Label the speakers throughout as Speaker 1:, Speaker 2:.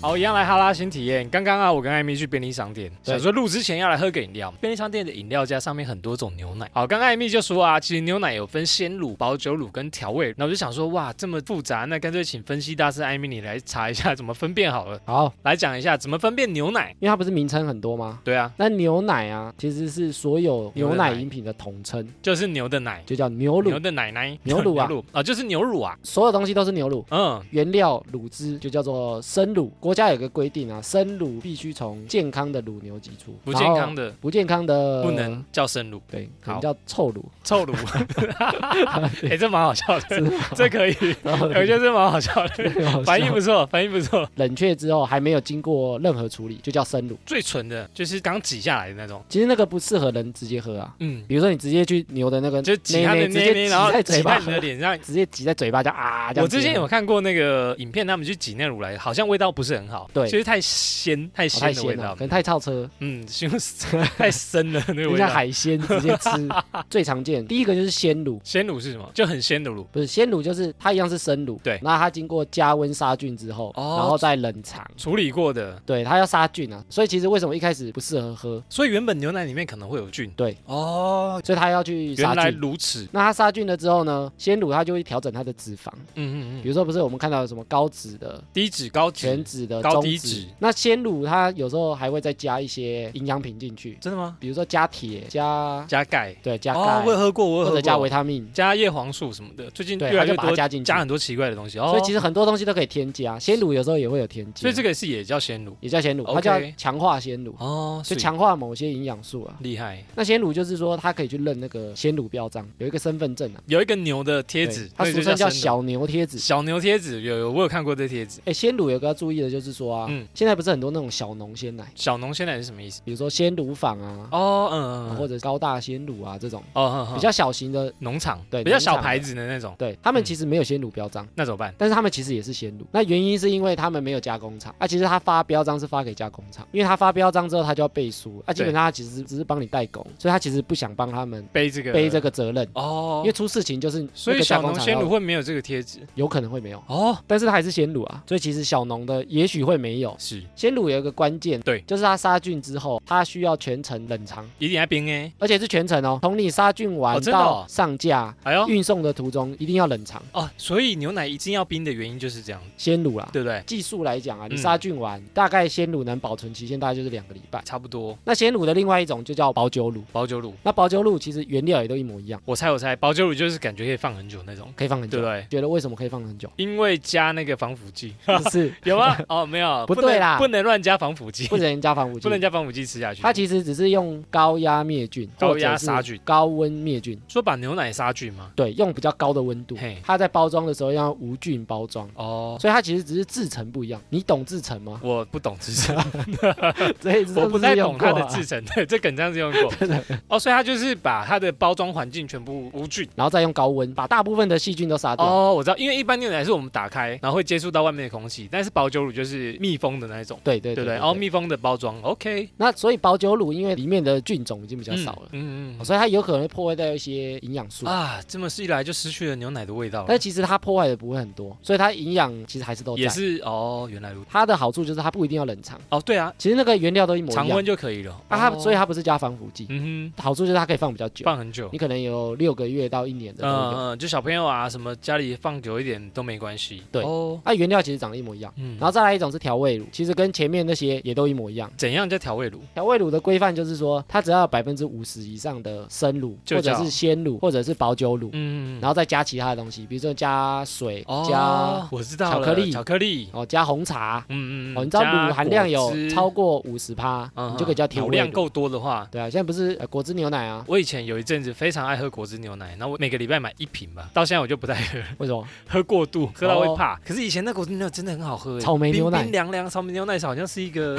Speaker 1: 好，一样来哈拉新体验。刚刚啊，我跟艾米去便利商店，
Speaker 2: 对
Speaker 1: 想说录之前要来喝个饮料。便利商店的饮料架上面很多种牛奶。好，刚刚艾米就说啊，其实牛奶有分鲜乳、保酒乳跟调味。那我就想说，哇，这么复杂，那干脆请分析大师艾米你来查一下怎么分辨好了。
Speaker 2: 好，
Speaker 1: 来讲一下怎么分辨牛奶。
Speaker 2: 因为它不是名称很多吗？
Speaker 1: 对啊，
Speaker 2: 那牛奶啊，其实是所有
Speaker 1: 牛
Speaker 2: 牛
Speaker 1: 的
Speaker 2: 奶
Speaker 1: 奶
Speaker 2: 饮品的统称，
Speaker 1: 就是牛的奶，
Speaker 2: 就叫牛乳
Speaker 1: 牛。的奶奶，
Speaker 2: 牛乳啊
Speaker 1: 牛乳啊，就是牛乳啊。
Speaker 2: 所有东西都是牛乳，
Speaker 1: 嗯，
Speaker 2: 原料乳汁就叫做生乳。国家有个规定啊，生乳必须从健康的乳牛挤出，
Speaker 1: 不健
Speaker 2: 然
Speaker 1: 康
Speaker 2: 后
Speaker 1: 的
Speaker 2: 不健康的
Speaker 1: 不能叫生乳，
Speaker 2: 对，可
Speaker 1: 好
Speaker 2: 能叫臭 乳。
Speaker 1: 臭乳。哎，这蛮好 笑的，这可以，我觉
Speaker 2: 我
Speaker 1: 得这蛮好笑的。反应
Speaker 2: 应
Speaker 1: 不错，反应不错。
Speaker 2: 冷却之后还没有经过任何处理，就叫生乳。
Speaker 1: 最纯的就是刚挤下来的那种，
Speaker 2: 其实那个不适合人直接喝啊，
Speaker 1: 嗯，
Speaker 2: 比如说你直接去牛的那个
Speaker 1: 就挤它的
Speaker 2: 直
Speaker 1: 捏
Speaker 2: 接
Speaker 1: 捏，
Speaker 2: 挤
Speaker 1: 然后
Speaker 2: 在
Speaker 1: 挤在
Speaker 2: 嘴巴
Speaker 1: 你，的脸 上。
Speaker 2: 直接挤在嘴巴这样啊。这样
Speaker 1: 我之前
Speaker 2: 子
Speaker 1: 有看过那个影片，他们去挤那乳来，好像味道不是很好，
Speaker 2: 对
Speaker 1: 就是太鲜太
Speaker 2: 哦
Speaker 1: 鲜
Speaker 2: 太
Speaker 1: 的味
Speaker 2: 鲜
Speaker 1: 道
Speaker 2: 了，可，能太 超车，
Speaker 1: 嗯，就是太深了那个
Speaker 2: 就
Speaker 1: 味
Speaker 2: 像
Speaker 1: 道。
Speaker 2: 海 鲜直接吃。最常见第一个就是鲜乳，
Speaker 1: 鲜乳是什么？就很鲜的乳，
Speaker 2: 不是鲜乳就是它一样是生乳，
Speaker 1: 对
Speaker 2: 那它经过加温杀菌之后，
Speaker 1: 哦
Speaker 2: 然后再冷藏。
Speaker 1: 处理过的，
Speaker 2: 对，它要杀菌啊，所以其实为什么一开始不适合喝？
Speaker 1: 所以原本牛奶里面可能会有菌。
Speaker 2: 对，
Speaker 1: 哦，
Speaker 2: 所以它要去
Speaker 1: 原
Speaker 2: 杀
Speaker 1: 来
Speaker 2: 菌。
Speaker 1: 如此。
Speaker 2: 那它杀菌了之后呢，鲜乳它就会调整它的脂肪，
Speaker 1: 嗯嗯
Speaker 2: 比
Speaker 1: 嗯，
Speaker 2: 如说不是我们看到有什么高脂的、
Speaker 1: 低脂高
Speaker 2: 全
Speaker 1: 脂，
Speaker 2: 脂的、
Speaker 1: 高
Speaker 2: 中
Speaker 1: 低
Speaker 2: 脂
Speaker 1: 脂。
Speaker 2: 那鲜乳它有时候还会再加一些营养品进去，
Speaker 1: 真的吗？
Speaker 2: 比如说加铁、加
Speaker 1: 加钙。
Speaker 2: 对加
Speaker 1: 哦，
Speaker 2: 钙，
Speaker 1: 我有喝过，我有喝
Speaker 2: 或
Speaker 1: 过。
Speaker 2: 者加维他命，
Speaker 1: 加叶黄素什么的，最近
Speaker 2: 对
Speaker 1: 越来
Speaker 2: 它
Speaker 1: 越
Speaker 2: 就把它
Speaker 1: 多
Speaker 2: 加进去
Speaker 1: 加很多奇怪的东西哦。
Speaker 2: 所以其实很多东西都可以添加。鲜乳有时候也会有添加，
Speaker 1: 所以这个是也叫鲜乳
Speaker 2: 也叫鲜乳，它
Speaker 1: OK
Speaker 2: 叫强化鲜乳。
Speaker 1: 哦，
Speaker 2: 就是强化某些营养素啊。
Speaker 1: 厉害。
Speaker 2: 那鲜乳就是说，它可以去认那个鲜乳标章，有一个身份证啊，
Speaker 1: 有一个牛的贴纸
Speaker 2: 对，它
Speaker 1: 那
Speaker 2: 俗
Speaker 1: 就
Speaker 2: 称叫
Speaker 1: 鲜乳
Speaker 2: 小牛贴纸。
Speaker 1: 小牛贴纸，有有我有看过这贴纸。
Speaker 2: 哎，鲜乳有个要注意的就是说啊，
Speaker 1: 嗯
Speaker 2: 现在不是很多那种小农鲜奶，
Speaker 1: 小农鲜奶是什么意思？
Speaker 2: 比如说鲜乳坊啊，
Speaker 1: 哦，嗯，嗯
Speaker 2: 或
Speaker 1: 嗯
Speaker 2: 者高大鲜乳啊这种
Speaker 1: 哦，嗯嗯
Speaker 2: 比较小型的，
Speaker 1: 农场，
Speaker 2: 对
Speaker 1: 比较
Speaker 2: 农场
Speaker 1: 小牌子的那种，
Speaker 2: 对他们
Speaker 1: 嗯
Speaker 2: 其实没有鲜乳标章。
Speaker 1: 那怎么办？
Speaker 2: 但是他们其实也是鲜乳，那原因是因为他们没有加工厂啊。其实他发标章是发给加工厂，因为他发标章之后他就要背书啊，基本上他其实只是帮你代工，所以他其实不想帮他们
Speaker 1: 背这个，
Speaker 2: 背这个责任，
Speaker 1: 哦
Speaker 2: 因为，出事情就是
Speaker 1: 啊所
Speaker 2: 那
Speaker 1: 以
Speaker 2: 个加
Speaker 1: 小
Speaker 2: 工
Speaker 1: 农
Speaker 2: 厂
Speaker 1: 鲜
Speaker 2: 要
Speaker 1: 乳会没有这个贴纸
Speaker 2: 有可能会没有，
Speaker 1: 哦，
Speaker 2: 但是它还是鲜乳啊，所以其实小农的也许会没有。
Speaker 1: 是
Speaker 2: 鲜乳有一个关键，
Speaker 1: 对
Speaker 2: 就是它杀菌之后，它需要全程冷藏，
Speaker 1: 一定要冰哎，
Speaker 2: 而且是全程哦，从你杀菌
Speaker 1: 哦
Speaker 2: 完
Speaker 1: 真的哦
Speaker 2: 到上架。
Speaker 1: 哎呦
Speaker 2: 运送的途中一定要冷藏
Speaker 1: 哦，所以牛奶一定要冰的原因就是这样，
Speaker 2: 鲜乳啦。
Speaker 1: 对不对？
Speaker 2: 技术来讲啊，你
Speaker 1: 嗯
Speaker 2: 杀菌完，大概鲜乳能保存期限大概就是两个礼拜。
Speaker 1: 差不多，
Speaker 2: 那鲜乳的另外一种就叫保酒乳，
Speaker 1: 保酒乳，
Speaker 2: 那保酒乳其实原料也都一模一样，
Speaker 1: 我猜我猜，保酒乳就是感觉可以放很久那种，
Speaker 2: 可以放很
Speaker 1: 对啊
Speaker 2: 久。
Speaker 1: 不对？？
Speaker 2: 觉得为什么可以放很久
Speaker 1: 因为加那个防腐剂
Speaker 2: 就是
Speaker 1: 有吗？哦，没有，
Speaker 2: 不
Speaker 1: 能
Speaker 2: 对啦
Speaker 1: 不能乱加防腐剂，
Speaker 2: 不能加防腐剂，
Speaker 1: 不能加防腐剂吃下去。
Speaker 2: 它其实只是用高压灭菌，
Speaker 1: 高
Speaker 2: 或者
Speaker 1: 压
Speaker 2: 是
Speaker 1: 杀菌
Speaker 2: 高温灭菌，
Speaker 1: 说把牛奶杀菌吗？
Speaker 2: 对，用比较高的温度
Speaker 1: 嘿。
Speaker 2: 它在包装的时候要无菌包装，
Speaker 1: 哦，？
Speaker 2: 所以它其实只是制成不一样。你懂制成吗
Speaker 1: 我不懂制成，
Speaker 2: 所以这
Speaker 1: 我
Speaker 2: 是
Speaker 1: 不
Speaker 2: 是
Speaker 1: 太
Speaker 2: 用
Speaker 1: 懂它
Speaker 2: 过
Speaker 1: 的
Speaker 2: 啊
Speaker 1: 制成，对，这梗这样子用过。哦，所以它就是把它的包装环境全部无菌。
Speaker 2: 然后再用高温把大部分的细菌都杀掉。
Speaker 1: 哦，我知道，因为一般牛奶是我们打开，然后会接触到外面的空气，但是保酒乳就是密封的那一种，
Speaker 2: 对对
Speaker 1: 对
Speaker 2: 对
Speaker 1: 不
Speaker 2: 对
Speaker 1: 对？哦，密封的包装，OK，
Speaker 2: 那所以保酒乳因为里面的菌种已经比较少了，
Speaker 1: 嗯，嗯嗯
Speaker 2: 所以它有可能会破坏掉一些营养素。
Speaker 1: 嗯，啊，这么是一来就失去了牛奶的味道了
Speaker 2: 但，其实它破坏的不会很多，所以它营养其实还是都在。
Speaker 1: 也是哦，原来如此。
Speaker 2: 它的好处就是它不一定要冷藏，
Speaker 1: 哦，对啊，
Speaker 2: 其实那个原料都一模一样。
Speaker 1: 常温就可以了。
Speaker 2: 啊，它
Speaker 1: 哦
Speaker 2: 所以它不是加防腐剂，
Speaker 1: 嗯
Speaker 2: 好处就是它可以放比较
Speaker 1: 哼，，
Speaker 2: 久
Speaker 1: 放很久
Speaker 2: 你。可能有六个月到一年的
Speaker 1: 嗯
Speaker 2: 都有。
Speaker 1: 嗯，就小朋友啊，什么家里放久一点都没关系。
Speaker 2: 对
Speaker 1: 哦，
Speaker 2: 它、啊原料其实长得一模一样。
Speaker 1: 嗯，
Speaker 2: 然后再来一种是调味乳，其实跟前面那些也都一模一样。
Speaker 1: 怎样叫调味乳？
Speaker 2: 调味乳的规范就是说，它只要百分之五十以上的生乳，
Speaker 1: 就
Speaker 2: 或者
Speaker 1: 叫
Speaker 2: 是鲜乳，或者是保酒乳，
Speaker 1: 嗯，
Speaker 2: 然后再加其他的东西，比如说加水、
Speaker 1: 哦，
Speaker 2: 加
Speaker 1: 我知道
Speaker 2: 巧
Speaker 1: 了
Speaker 2: 克力
Speaker 1: 巧克力，
Speaker 2: 哦加红茶，
Speaker 1: 嗯嗯嗯，
Speaker 2: 哦，你知道
Speaker 1: 加
Speaker 2: 乳含量有
Speaker 1: 果汁
Speaker 2: 超，过五十趴，
Speaker 1: 嗯
Speaker 2: 你就可以叫调
Speaker 1: 乳
Speaker 2: 味
Speaker 1: 量
Speaker 2: 乳。
Speaker 1: 够多的话。
Speaker 2: 对啊，现在不是、呃果汁牛奶 啊？
Speaker 1: 我以前有一阵子非常爱喝果汁牛奶，然后我每个礼拜买一瓶吧，到现在我就不太喝，
Speaker 2: 为什么？
Speaker 1: 喝过度，喝到会怕。可是以前那果汁牛奶真的很好喝，欸
Speaker 2: 哦草莓牛奶
Speaker 1: 冰冰凉凉，草莓牛奶好像是一 个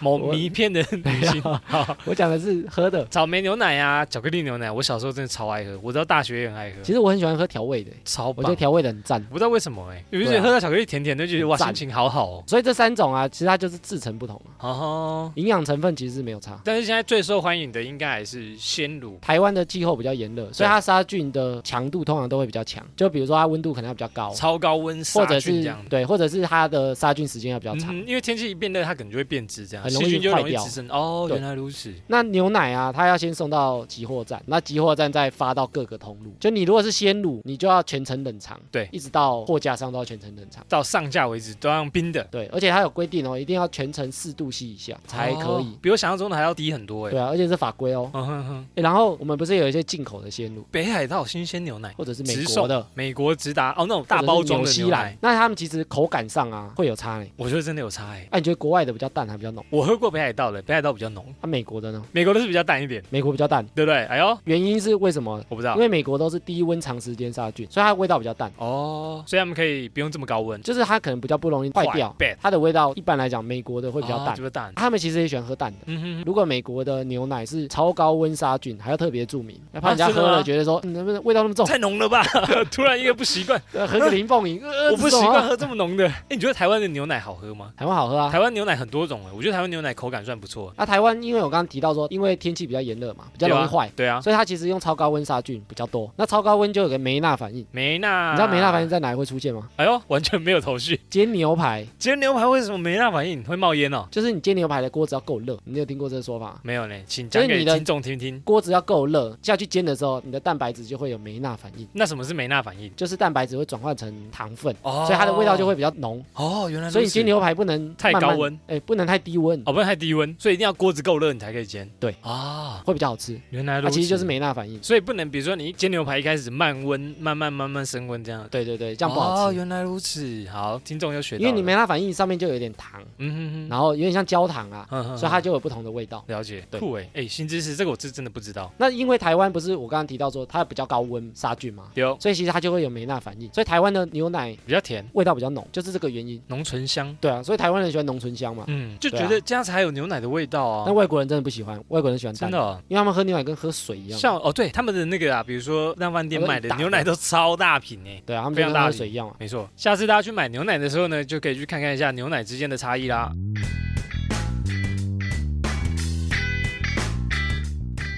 Speaker 1: 某
Speaker 2: 我啊
Speaker 1: 迷片的女星。好
Speaker 2: 我讲的是喝的。
Speaker 1: 草莓牛奶啊，巧克力牛奶，我小时候真的超爱喝，我到大学也很爱喝，
Speaker 2: 其实我很喜欢喝调味的、
Speaker 1: 超
Speaker 2: 我
Speaker 1: 棒。
Speaker 2: 觉得调味的很赞。
Speaker 1: 我不知道为什么哎、欸，有一
Speaker 2: 对
Speaker 1: 些
Speaker 2: 啊
Speaker 1: 喝到巧克力甜甜的，就觉得哇，
Speaker 2: 赞
Speaker 1: 心情好好哦。
Speaker 2: 所以这三种啊，其实它就是制成不同啊，
Speaker 1: 哦，
Speaker 2: 营养成分其实是没有差。
Speaker 1: 但是现在最受欢迎的应该还是鲜乳。
Speaker 2: 台湾的气候比较炎热，所以它杀菌的强度通常都会比较强。就比如说它温度可能要比较高，
Speaker 1: 超高温杀
Speaker 2: 或者
Speaker 1: 菌
Speaker 2: 是
Speaker 1: 这样，
Speaker 2: 对，或者是它的杀杀菌时间要比较长。
Speaker 1: 嗯，因为天气一变热，它可能就会变质，这样
Speaker 2: 很
Speaker 1: 细
Speaker 2: 容易
Speaker 1: 菌就容
Speaker 2: 坏
Speaker 1: 易
Speaker 2: 掉
Speaker 1: 滋生。哦，
Speaker 2: 对
Speaker 1: 原来如此。
Speaker 2: 那牛奶啊，它要先送到集货站，那集货站再发到各个通路。就你如果是鲜乳，你就要全程冷藏，
Speaker 1: 对
Speaker 2: 一直到货架上都要全程冷藏。
Speaker 1: 到上架为止都要用冰的
Speaker 2: 对，而且它有规定哦，一定要全程四度 C 以下才可以
Speaker 1: 哦。比我想象中的还要低很多哎
Speaker 2: 对。啊，而且是法规哦、
Speaker 1: 嗯哼哼，
Speaker 2: 诶然后我们不是有一些进口的鲜乳，
Speaker 1: 北海道新鲜牛奶，
Speaker 2: 或者是美
Speaker 1: 直
Speaker 2: 国
Speaker 1: 送
Speaker 2: 的。
Speaker 1: 美国直达哦，那种大包装
Speaker 2: 或者
Speaker 1: 的
Speaker 2: 是纽
Speaker 1: 牛
Speaker 2: 西
Speaker 1: 奶
Speaker 2: 兰，，那他们其实口感上啊会有差嘞。
Speaker 1: 我觉得真的有差哎。
Speaker 2: 那、你觉得国外的比较淡还比较浓？
Speaker 1: 我喝过北海道的，北海道比较浓，
Speaker 2: 那、美国的呢？
Speaker 1: 美国的是比较淡一点，
Speaker 2: 美国比较淡，
Speaker 1: 对不对？哎呦，
Speaker 2: 原因是为什么？
Speaker 1: 我不知道
Speaker 2: 因为美国都是低温长时间杀菌，所以它的味道比较淡，
Speaker 1: 哦，所以他们可以不用这么高温，
Speaker 2: 就是它可能比较不容易坏掉。
Speaker 1: bad
Speaker 2: 它的味道一般来讲，美国的会比较
Speaker 1: 哦
Speaker 2: 淡
Speaker 1: 就，是淡。
Speaker 2: 他们其实也喜欢喝淡的。
Speaker 1: 嗯哼哼，
Speaker 2: 如果美国的牛奶是超高温杀菌，还要特别注明，要怕人家
Speaker 1: 啊真的
Speaker 2: 喝了
Speaker 1: 吗
Speaker 2: 觉得说，嗯，能不能味道那 么重，
Speaker 1: 太浓了吧？突然一个不习 惯，
Speaker 2: 呃喝个林凤营，呃
Speaker 1: 我不习。
Speaker 2: 这
Speaker 1: 惯
Speaker 2: 种啊
Speaker 1: 喝这么浓的。哎，你觉得台湾的牛奶好喝吗？
Speaker 2: 台湾好喝啊，
Speaker 1: 台湾牛奶很多种哎，我觉得台湾牛奶口感算不错，
Speaker 2: 那台湾因为我刚刚提到说，因为天气比较炎热嘛，比较容易
Speaker 1: 对吧
Speaker 2: 坏，
Speaker 1: 对啊，
Speaker 2: 所以它其实用超高温杀菌比较多。那超高温就有个梅纳反应，
Speaker 1: 梅纳，
Speaker 2: 你知道梅纳反应？在哪里会出现吗？
Speaker 1: 哎呦，完全没有头绪。
Speaker 2: 煎牛排，
Speaker 1: 煎牛排为什么梅纳反应会冒烟哦？
Speaker 2: 就是你煎牛排的锅子要够热，你有听过这个说法吗？
Speaker 1: 没有呢，请
Speaker 2: 就是
Speaker 1: 讲给
Speaker 2: 你的
Speaker 1: 听众听听。
Speaker 2: 锅子要够热，下去煎的时候，你的蛋白质就会有梅纳反应，
Speaker 1: 那什么是梅纳反应？
Speaker 2: 就是蛋白质会转换成糖分，
Speaker 1: 哦
Speaker 2: 所以它的味道就会比较浓。
Speaker 1: 哦，原来如此
Speaker 2: 所以你煎牛排不能
Speaker 1: 太
Speaker 2: 慢慢
Speaker 1: 高温，
Speaker 2: 哎，不能太低温，
Speaker 1: 哦，不能太低温，所以一定要锅子够热你才可以煎。
Speaker 2: 对
Speaker 1: 啊，
Speaker 2: 会比较好吃。
Speaker 1: 原来如
Speaker 2: 它
Speaker 1: 此，
Speaker 2: 其实就是梅纳反应。
Speaker 1: 所以不能，比如说你煎牛排一开始慢温，慢慢慢慢升温这样，
Speaker 2: 对对对，这样不好
Speaker 1: 哦，
Speaker 2: 吃，
Speaker 1: 原来如此，好，听众又学到
Speaker 2: 因
Speaker 1: 了，
Speaker 2: 为你梅纳反应上面就有点糖，
Speaker 1: 嗯哼
Speaker 2: 然后有点像焦糖啊，
Speaker 1: 哼，嗯
Speaker 2: 所以它就有不同的味道。
Speaker 1: 了解，
Speaker 2: 对
Speaker 1: 酷哎哎，新知识，这个我是真的不知道。
Speaker 2: 那因为台湾不是我刚刚提到说它比较高温杀菌嘛，
Speaker 1: 有
Speaker 2: 所以其实它就会有梅纳反应，所以台湾的牛奶
Speaker 1: 比较甜，
Speaker 2: 味道比较浓，就是这个原因。
Speaker 1: 浓醇香，
Speaker 2: 对啊，所以台湾人喜欢浓醇香嘛，
Speaker 1: 嗯，就
Speaker 2: 对啊
Speaker 1: 觉得这样才有牛奶的味道啊
Speaker 2: 但。外国人真的不喜欢，外国人喜欢
Speaker 1: 真
Speaker 2: 淡的
Speaker 1: 的哦，
Speaker 2: 因为他们喝牛奶跟喝水一样，
Speaker 1: 像哦，对，他们的那个啊，比如说量饭店
Speaker 2: 我说
Speaker 1: 卖
Speaker 2: 一
Speaker 1: 的
Speaker 2: 大
Speaker 1: 牛奶都超大瓶哎，
Speaker 2: 对啊，他们
Speaker 1: 非
Speaker 2: 就
Speaker 1: 常
Speaker 2: 跟
Speaker 1: 大
Speaker 2: 喝
Speaker 1: 力
Speaker 2: 水一样嘛。
Speaker 1: 没错，下次大家去买牛奶的时候呢，就可以去看看一下牛奶之间的差异啦。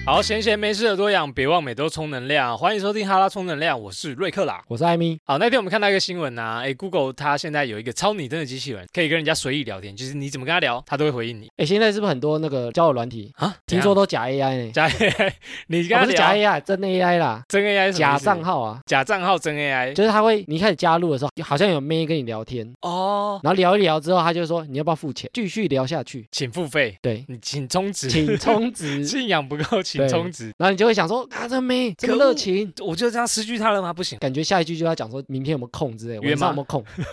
Speaker 1: 好，闲闲没事的多养，别忘每周充能量。欢迎收听哈拉充能量，我是瑞克啦。
Speaker 2: 我是艾米，
Speaker 1: 好，那天我们看到一个新闻啊，诶 g o o g l e 它现在有一个超拟真的机器人，可以跟人家随意聊天，就是你怎么跟他聊，他都会回应你
Speaker 2: 哎，现在是不是很多那个交友软体，
Speaker 1: 啊。
Speaker 2: 听说都假 AI 呢？
Speaker 1: 怎样假 你跟
Speaker 2: 啊
Speaker 1: 他
Speaker 2: 不是假
Speaker 1: 聊
Speaker 2: AI，真 AI 啦，
Speaker 1: 真 AI 是什么
Speaker 2: 假
Speaker 1: 意思
Speaker 2: 账号啊，
Speaker 1: 假账号真 AI
Speaker 2: 就是他会，你一开始加入的时候，好像有妹跟你聊天，
Speaker 1: 哦，
Speaker 2: 然后聊一聊之后，他就说你要不要付钱，继续聊下去，
Speaker 1: 请付费，
Speaker 2: 对，
Speaker 1: 你请充值，
Speaker 2: 请充 值，
Speaker 1: 信仰不够，请
Speaker 2: 对
Speaker 1: 充值。
Speaker 2: 然后你就会想说，啊，这妹这么
Speaker 1: 可恶
Speaker 2: 热情，
Speaker 1: 我就这样失去他了吗？不行，
Speaker 2: 感觉下一句就要讲说明天有没有空之类，
Speaker 1: 约
Speaker 2: 晚上
Speaker 1: 吗
Speaker 2: 有没有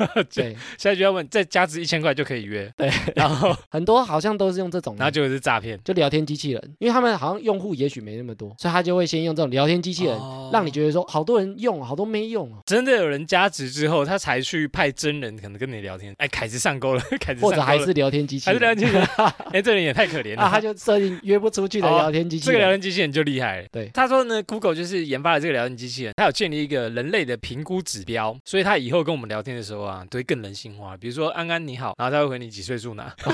Speaker 2: 空？对，
Speaker 1: 下一句要问，再加值一千块就可以约。对，然后
Speaker 2: 很多好像都是用这种的，
Speaker 1: 然后就是诈骗，
Speaker 2: 就聊天机器人，因为他们好像用户也许没那么多，所以他就会先用这种聊天机器人，
Speaker 1: 哦
Speaker 2: 让你觉得说好多人用，好多没用哦，
Speaker 1: 真的有人加值之后，他才去派真人，可能跟你聊天。哎，凯子上钩了， 凯子上钩
Speaker 2: 或
Speaker 1: 了
Speaker 2: 者还是聊天机器
Speaker 1: 还是聊
Speaker 2: 人，
Speaker 1: 天机器 人。哎，这人也太可怜
Speaker 2: 啊，他
Speaker 1: 了。
Speaker 2: 就设定约不出去 的
Speaker 1: 哦
Speaker 2: 聊天机器
Speaker 1: 这个聊
Speaker 2: 人，
Speaker 1: 天机器人就厉害了。
Speaker 2: 对
Speaker 1: 他说呢，Google 就是研发了这个聊天机器人，它有建立一个人类的评估指标，所以他以后跟我们聊天的时候啊，都会更人性化。比如说安安你好，然后他会回你几岁住哪，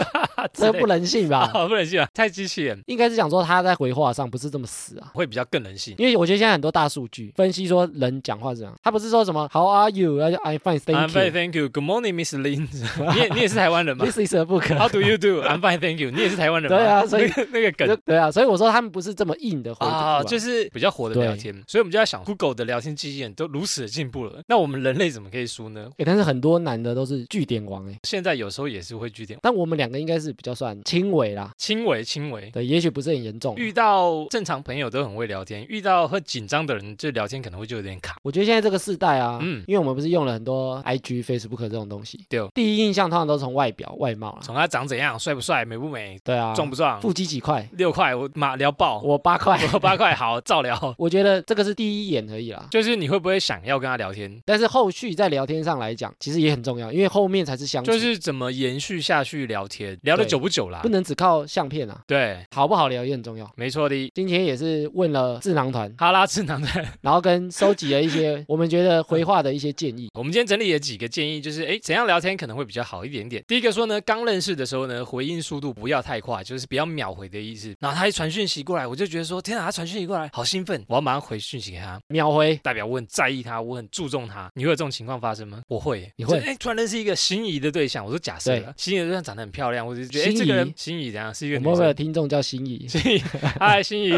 Speaker 2: 这
Speaker 1: 之类
Speaker 2: 不人性吧？
Speaker 1: 啊，不人性啊，太机器人
Speaker 2: 应该是讲说他在回话上不是这么死啊。
Speaker 1: 会比较更人性。
Speaker 2: 因为我觉得现在很多大数据分析说人讲话是这样，他不是说什么 How are you，然后就 I'm fine,
Speaker 1: I'm
Speaker 2: thank
Speaker 1: fine,
Speaker 2: you.
Speaker 1: thank you. Good morning, Miss Lin 。 你也你也是台湾人吗
Speaker 2: This is a book.
Speaker 1: ？How do you do? I'm fine, thank you. 你也是台湾人吗？
Speaker 2: 对啊所以
Speaker 1: 那个那个
Speaker 2: 就
Speaker 1: 梗。
Speaker 2: 对啊，所以我说他们不是这么硬的回复
Speaker 1: 啊，
Speaker 2: 啊，
Speaker 1: 就是比较火的
Speaker 2: 对
Speaker 1: 聊天，所以我们就在想，Google 的聊天机器人都如此的进步了，那我们人类怎么可以输呢？
Speaker 2: 诶但是很多男的都是据点王哎、
Speaker 1: 现在有时候也是会据点，
Speaker 2: 但我们两个应该是比较算轻微啦，
Speaker 1: 轻微轻微。
Speaker 2: 对，也许不是很严重。
Speaker 1: 遇到正常朋友都很会聊天，遇到很紧张的人，就聊天可能会就有点卡。
Speaker 2: 我觉得现在这个世代啊，
Speaker 1: 嗯
Speaker 2: 因为我们不是用了很多 IG、Facebook 这种东西，
Speaker 1: 对哦
Speaker 2: 第一印象通常都是从外表、外貌啦，
Speaker 1: 从他长怎样，帅不帅，美不美，
Speaker 2: 对啊，
Speaker 1: 壮不壮，
Speaker 2: 腹肌几块，
Speaker 1: 六块我马聊爆，
Speaker 2: 我八块，
Speaker 1: 我 八块好照聊。
Speaker 2: 我觉得这个是第一眼而已啦。
Speaker 1: 就是你会不会想要跟他聊天？
Speaker 2: 但是后续在聊天上来讲，其实也很重要，因为后面才是相处。
Speaker 1: 就是怎么延续下去聊天，聊的久不久啦
Speaker 2: 不。能只靠相片啊，
Speaker 1: 对，
Speaker 2: 好不好聊也很重要。
Speaker 1: 没错的。
Speaker 2: 今天也是问了智囊团，
Speaker 1: 哈拉智囊的，
Speaker 2: 然后跟收集了 一些我们觉得回话的一些建议。
Speaker 1: 我们今天整理了几个建议，就是诶，怎样聊天可能会比较好一点点。第一个说呢，刚认识的时候呢，回应速度不要太快，就是不要秒回的意思。然后他一传讯息过来，我就觉得说，天啊，他传讯息过来，好兴奋，我要马上回讯息给他，
Speaker 2: 秒回，
Speaker 1: 代表我很在意他，我很注重他。你会有这种情况发生吗？我会，
Speaker 2: 你会
Speaker 1: 哎，诶突然认识一个心仪的对象，我说假设
Speaker 2: 对
Speaker 1: 了，心仪的对象长得很漂亮，我就觉得哎，
Speaker 2: 心仪
Speaker 1: 这个人心仪怎样是一个
Speaker 2: 我
Speaker 1: 女
Speaker 2: 们会不会有
Speaker 1: 生。
Speaker 2: 听众叫心仪？
Speaker 1: 心仪，嗨， 心仪，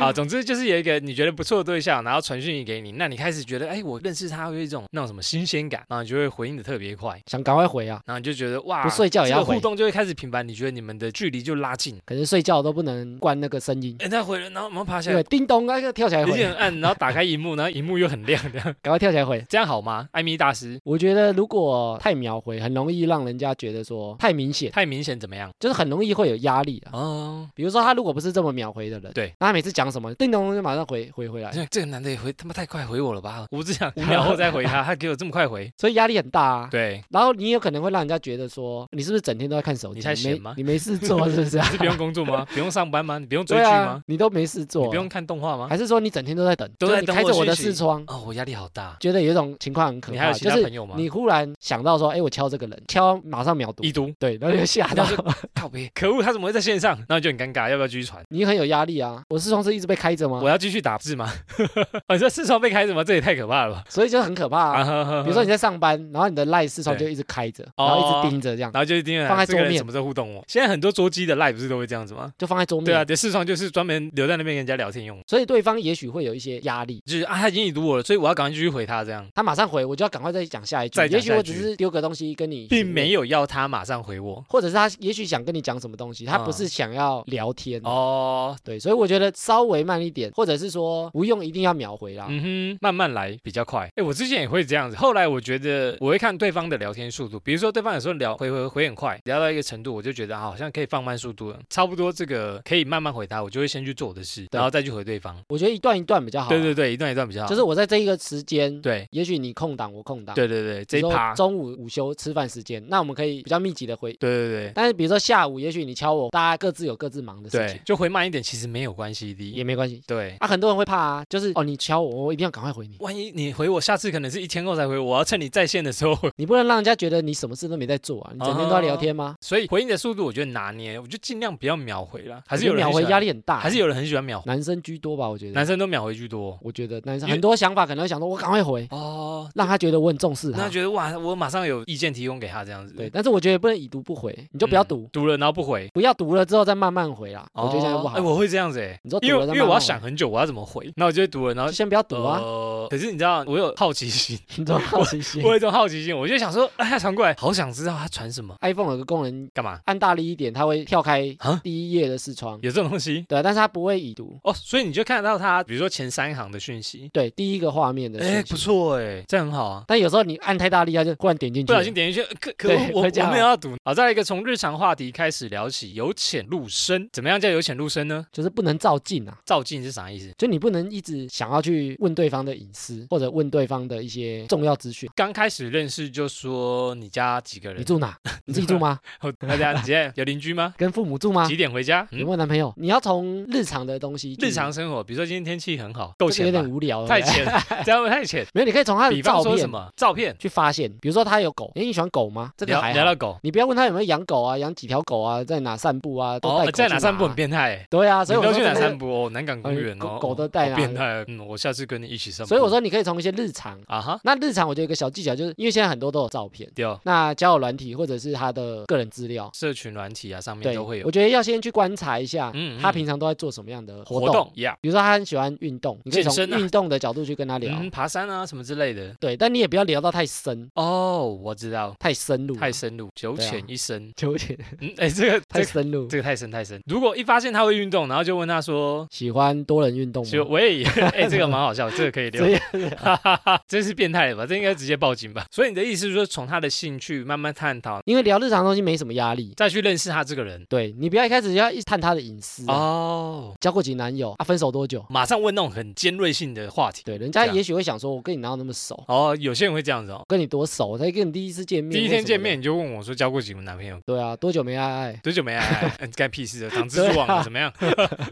Speaker 1: 好，总之就是有一个你觉得不错的对象，然后传讯息给你，那你开始觉得，哎，我认识他会有一种那种什么新鲜感，然后你就会回应的特别快，
Speaker 2: 想赶快回啊，
Speaker 1: 然后你就觉得哇，
Speaker 2: 不睡觉也
Speaker 1: 这
Speaker 2: 要
Speaker 1: 个互
Speaker 2: 回，
Speaker 1: 动就会开始频繁，你觉得你们的距离就拉 近。
Speaker 2: 可是睡觉都不能关那个声音，
Speaker 1: 哎，他回了，然后我们爬起
Speaker 2: 对，
Speaker 1: 来，
Speaker 2: 叮咚，那个跳起来
Speaker 1: 有点
Speaker 2: 回，
Speaker 1: 暗，然后打开荧幕，然后荧幕又很亮，这样
Speaker 2: 赶快跳起来回。
Speaker 1: 这样好吗？艾米大师，
Speaker 2: 我觉得如果太秒回，很容易让人家觉得说太明显，
Speaker 1: 太明显怎么样？
Speaker 2: 就是很容易会有压力 啊。
Speaker 1: 哦，
Speaker 2: 比如说他如果不是这么秒回的人，
Speaker 1: 对，
Speaker 2: 那他每次讲什么，叮咚就马上回回回来，
Speaker 1: 这这个男的也回他妈太快回我了吧？我只想 五秒后再回他，他给我这么快回，
Speaker 2: 所以压力很大啊。
Speaker 1: 对，
Speaker 2: 然后你也可能会让人家觉得说，你是不是整天都在看手机？
Speaker 1: 你才闲
Speaker 2: 没
Speaker 1: 吗
Speaker 2: 你没 事做是不是、啊？
Speaker 1: 是不用工作吗？ 不用上班吗？你不用追
Speaker 2: 对
Speaker 1: 剧
Speaker 2: 啊
Speaker 1: 吗？，
Speaker 2: 你都没事做
Speaker 1: 你
Speaker 2: 啊，
Speaker 1: 不用看动画吗？
Speaker 2: 还是说你整天都在等，
Speaker 1: 都
Speaker 2: 就
Speaker 1: 在
Speaker 2: 你
Speaker 1: 等
Speaker 2: 开
Speaker 1: 我
Speaker 2: 着我的
Speaker 1: 讯息
Speaker 2: 视窗，
Speaker 1: 哦，我压力好大。
Speaker 2: 觉得有一种情况很可
Speaker 1: 你还
Speaker 2: 怕，
Speaker 1: 有其
Speaker 2: 就
Speaker 1: 他
Speaker 2: 是
Speaker 1: 朋友吗？
Speaker 2: 你忽然想到说，哎，我敲这个人，敲马上秒读
Speaker 1: 已，读，
Speaker 2: 对，然后就吓到
Speaker 1: 然，后就靠别， 可恶，他怎么会在线上？然后就很尴尬，要不要继续传？
Speaker 2: 你很有压力啊。我视窗是一直被开着吗
Speaker 1: 我？要继续打字吗？ 哦，你说视窗被开什么？这也太可怕了吧！
Speaker 2: 所以就很可怕啊。
Speaker 1: 啊
Speaker 2: 比如说你在上班，然后你的赖视窗
Speaker 1: 对
Speaker 2: 就一直开着，
Speaker 1: 哦
Speaker 2: 然后一直盯着这样，
Speaker 1: 然后就是盯着
Speaker 2: 放在
Speaker 1: 这个
Speaker 2: 桌
Speaker 1: 人
Speaker 2: 面嗯
Speaker 1: 什么时候互动我。现在很多桌机的 live 不是都会这样子吗？
Speaker 2: 就放在桌
Speaker 1: 对啊，
Speaker 2: 面。
Speaker 1: 对，视窗就是专门留在那边跟人家聊天用的，
Speaker 2: 所以对方也许会有一些压力，
Speaker 1: 就是啊，他已经已读我了，所以我要赶快继续回他这样，
Speaker 2: 他马上回，我就要赶快再讲下一句
Speaker 1: 再。讲
Speaker 2: 也许我
Speaker 1: 下一
Speaker 2: 只
Speaker 1: 句
Speaker 2: 是丢个东西跟你，
Speaker 1: 并没。有要他马上回我。
Speaker 2: 或者是他也许想跟你讲什么东西，他
Speaker 1: 嗯
Speaker 2: 不是想要聊天哦。
Speaker 1: 哦，
Speaker 2: 对，所以我觉得稍微慢一点，或者是说不用一定要秒回啦。
Speaker 1: 嗯哼，慢慢来比较快。哎，我之前也会这样子，后来我觉得我会看对方的聊天速度，比如说对方有时候聊回回回很快，聊到一个程度，我就觉得啊好像可以放慢速度了，差不多这个可以慢慢回他，我就会先去做我的事，
Speaker 2: 对
Speaker 1: 然后再去回对方。
Speaker 2: 我觉得一段一段比较好啊。
Speaker 1: 对对对，一段一段比较好。
Speaker 2: 就是我在这一个时间，，
Speaker 1: 对
Speaker 2: 也许你空档，我空档，，
Speaker 1: 对对对，这一趴
Speaker 2: 说，中午午休吃饭时间，那我们可以比较密集的回。
Speaker 1: 对对对
Speaker 2: 但是比如说下午，也许你敲我，大家各自有各自忙的事
Speaker 1: 对
Speaker 2: 情，，
Speaker 1: 就回慢一点，其实没有关系的。
Speaker 2: 也没关系。
Speaker 1: 对，
Speaker 2: 啊，很多人会怕啊，就是哦，你敲我，我一定要赶快回你，
Speaker 1: 万一你回我，下次可能是一天后才回我，我要趁你在线的时候 回。
Speaker 2: 你不能让人家觉得你什么事都没在做啊，你整天都在聊天吗？
Speaker 1: 所以回应的速度，我觉得拿捏，我就尽量不要秒回了。还是
Speaker 2: 我
Speaker 1: 有
Speaker 2: 觉得
Speaker 1: 人
Speaker 2: 秒
Speaker 1: 很喜
Speaker 2: 回
Speaker 1: 欢
Speaker 2: 压，力很大，欸
Speaker 1: 还是有人很喜欢秒回，
Speaker 2: 男生居多吧？我觉得
Speaker 1: 男，生都秒回居多。
Speaker 2: 我觉得男生
Speaker 1: 因为
Speaker 2: 很多想法可能会想说，我赶快回，
Speaker 1: 哦，
Speaker 2: 让他觉得我很重视
Speaker 1: 那
Speaker 2: 他。
Speaker 1: 觉得哇，我马上有意见提供给他这样子。
Speaker 2: 对，，但是我觉得不能已读不回，你就不要
Speaker 1: 嗯
Speaker 2: 读，
Speaker 1: 读了然后不回。
Speaker 2: 不要读了之后再慢慢回啦。我觉得这样
Speaker 1: 哦
Speaker 2: 不好
Speaker 1: 哎，。我会这样子哎，
Speaker 2: 你说读
Speaker 1: 因为
Speaker 2: 了
Speaker 1: 因
Speaker 2: 再慢
Speaker 1: 为
Speaker 2: 慢回，
Speaker 1: 我要想很久，我要怎么回，那我就会读了，然后
Speaker 2: 就。先不要读啊，
Speaker 1: 呃，可是你知道，我有好奇 心，
Speaker 2: 你这种好奇心
Speaker 1: 我。有一种好奇心，我就想说，哎，他传过来，好想知道他传什么，
Speaker 2: iPhone 有个功能，
Speaker 1: 干嘛？
Speaker 2: 按大力一点，它会跳开
Speaker 1: 啊
Speaker 2: 第一页的视窗。
Speaker 1: 有这种东西
Speaker 2: 对，啊但是它不会已读。
Speaker 1: 哦，所以你就看得到他，比如说前三行的讯息，
Speaker 2: 对，第一个画面的
Speaker 1: 哎，
Speaker 2: 讯息
Speaker 1: 不错哎，这样很好啊。
Speaker 2: 但有时候你按太大力，它就忽然点进去
Speaker 1: 不
Speaker 2: 了。
Speaker 1: 小心点进去，呃可可
Speaker 2: 对
Speaker 1: 恶我
Speaker 2: 会这
Speaker 1: 我
Speaker 2: 样啊
Speaker 1: 没有要读。好，再来一个，从日常话题开始聊起，由浅入深，怎么样叫由浅入深呢？
Speaker 2: 就是不能照镜啊，
Speaker 1: 照镜是啥意思？
Speaker 2: 就你不能一直想要去问对方的隐私，或者问对方的一些重要资讯。
Speaker 1: 刚开始认识就说你家几个
Speaker 2: 你
Speaker 1: 人，哦
Speaker 2: 住哪？你自己住吗？
Speaker 1: 大家几点有邻居吗？
Speaker 2: 跟父母住吗
Speaker 1: 几？点回家？
Speaker 2: 有
Speaker 1: 嗯
Speaker 2: 没有男朋友？你要从日常的东西去，
Speaker 1: 日常生活，比如说今天天气很好，够
Speaker 2: 这个
Speaker 1: 浅
Speaker 2: 有
Speaker 1: 吧
Speaker 2: 点？无聊了，
Speaker 1: 太
Speaker 2: 对不对
Speaker 1: 浅， 这样会太浅。
Speaker 2: 没有，你可以从他
Speaker 1: 比
Speaker 2: 的
Speaker 1: 方
Speaker 2: 照
Speaker 1: 说什
Speaker 2: 片
Speaker 1: 么？照片，
Speaker 2: 去发现，比如说他有狗，哎诶，你喜欢狗吗？这个
Speaker 1: 聊
Speaker 2: 还
Speaker 1: 聊
Speaker 2: 好。
Speaker 1: 到狗，
Speaker 2: 你不要问他有没有养狗啊，养几条狗啊，在哪散步啊，都带
Speaker 1: 哦
Speaker 2: 狗，
Speaker 1: 在哪
Speaker 2: 去
Speaker 1: 散步很变态欸。
Speaker 2: 对啊，所以
Speaker 1: 你
Speaker 2: 我
Speaker 1: 都去
Speaker 2: 说这
Speaker 1: 哪
Speaker 2: 个呃
Speaker 1: 散步哦？南港公园
Speaker 2: 狗
Speaker 1: 哦，
Speaker 2: 狗都
Speaker 1: 好
Speaker 2: 带哪
Speaker 1: 变态。嗯，我下次跟你一起散步。
Speaker 2: 所以我说你可以从一些日常，
Speaker 1: 啊哈，
Speaker 2: 那日常我觉得有一个小技巧，就是因为现在很多都有照片，
Speaker 1: 对哦，
Speaker 2: 那交友软体或者是他的个人资料，
Speaker 1: 社群软体啊上面
Speaker 2: 对，
Speaker 1: 都会有
Speaker 2: 我觉得要先去观察一下
Speaker 1: 嗯嗯
Speaker 2: 他平常都在做什么样的活
Speaker 1: 活
Speaker 2: 动，
Speaker 1: 动呀，
Speaker 2: 比如说他很喜欢运动，你可以
Speaker 1: 健
Speaker 2: 从
Speaker 1: 身啊
Speaker 2: 运动的角度去跟他聊，
Speaker 1: 嗯，爬山啊什么之类的。
Speaker 2: 对，但你也不要聊到太深
Speaker 1: 哦，我知道，
Speaker 2: 太深入，啊
Speaker 1: 太深入，九
Speaker 2: 对啊
Speaker 1: 浅一深。
Speaker 2: 纠结，
Speaker 1: 嗯，哎，这个这
Speaker 2: 太
Speaker 1: 个
Speaker 2: 深入。
Speaker 1: 这个太深太深。如果一发现他会运动，然后就问他说。
Speaker 2: 喜欢多人运动
Speaker 1: 就
Speaker 2: 吗？
Speaker 1: 喂， 哎、这个蛮好笑，这个可以
Speaker 2: 所
Speaker 1: 留
Speaker 2: 以，
Speaker 1: 哈哈哈，真是变态了吧？这应该直接报警吧？所以你的意思是说，从他的兴趣慢慢探讨，
Speaker 2: 因为聊日常的东西没什么压力，
Speaker 1: 再去认识他这个人。
Speaker 2: 对你不要一开始就要一直探他的隐私、啊，
Speaker 1: 哦，
Speaker 2: 交过几男友啊，分手多久？
Speaker 1: 马上问那种很尖锐性的话题。
Speaker 2: 对，人
Speaker 1: 这
Speaker 2: 家
Speaker 1: 样
Speaker 2: 也许会想说，我跟你哪有那么熟？
Speaker 1: 哦，有些人会这样子哦
Speaker 2: 我。跟你多熟？才跟你第一次见面，
Speaker 1: 第一
Speaker 2: 为
Speaker 1: 天
Speaker 2: 什么
Speaker 1: 见
Speaker 2: 的
Speaker 1: 面，你就问我说交过几个男朋友，
Speaker 2: 对啊，多久没爱爱？
Speaker 1: 多久 没爱爱？嗯干屁事的，长蜘蛛网
Speaker 2: 对
Speaker 1: 了
Speaker 2: 啊
Speaker 1: 怎么样？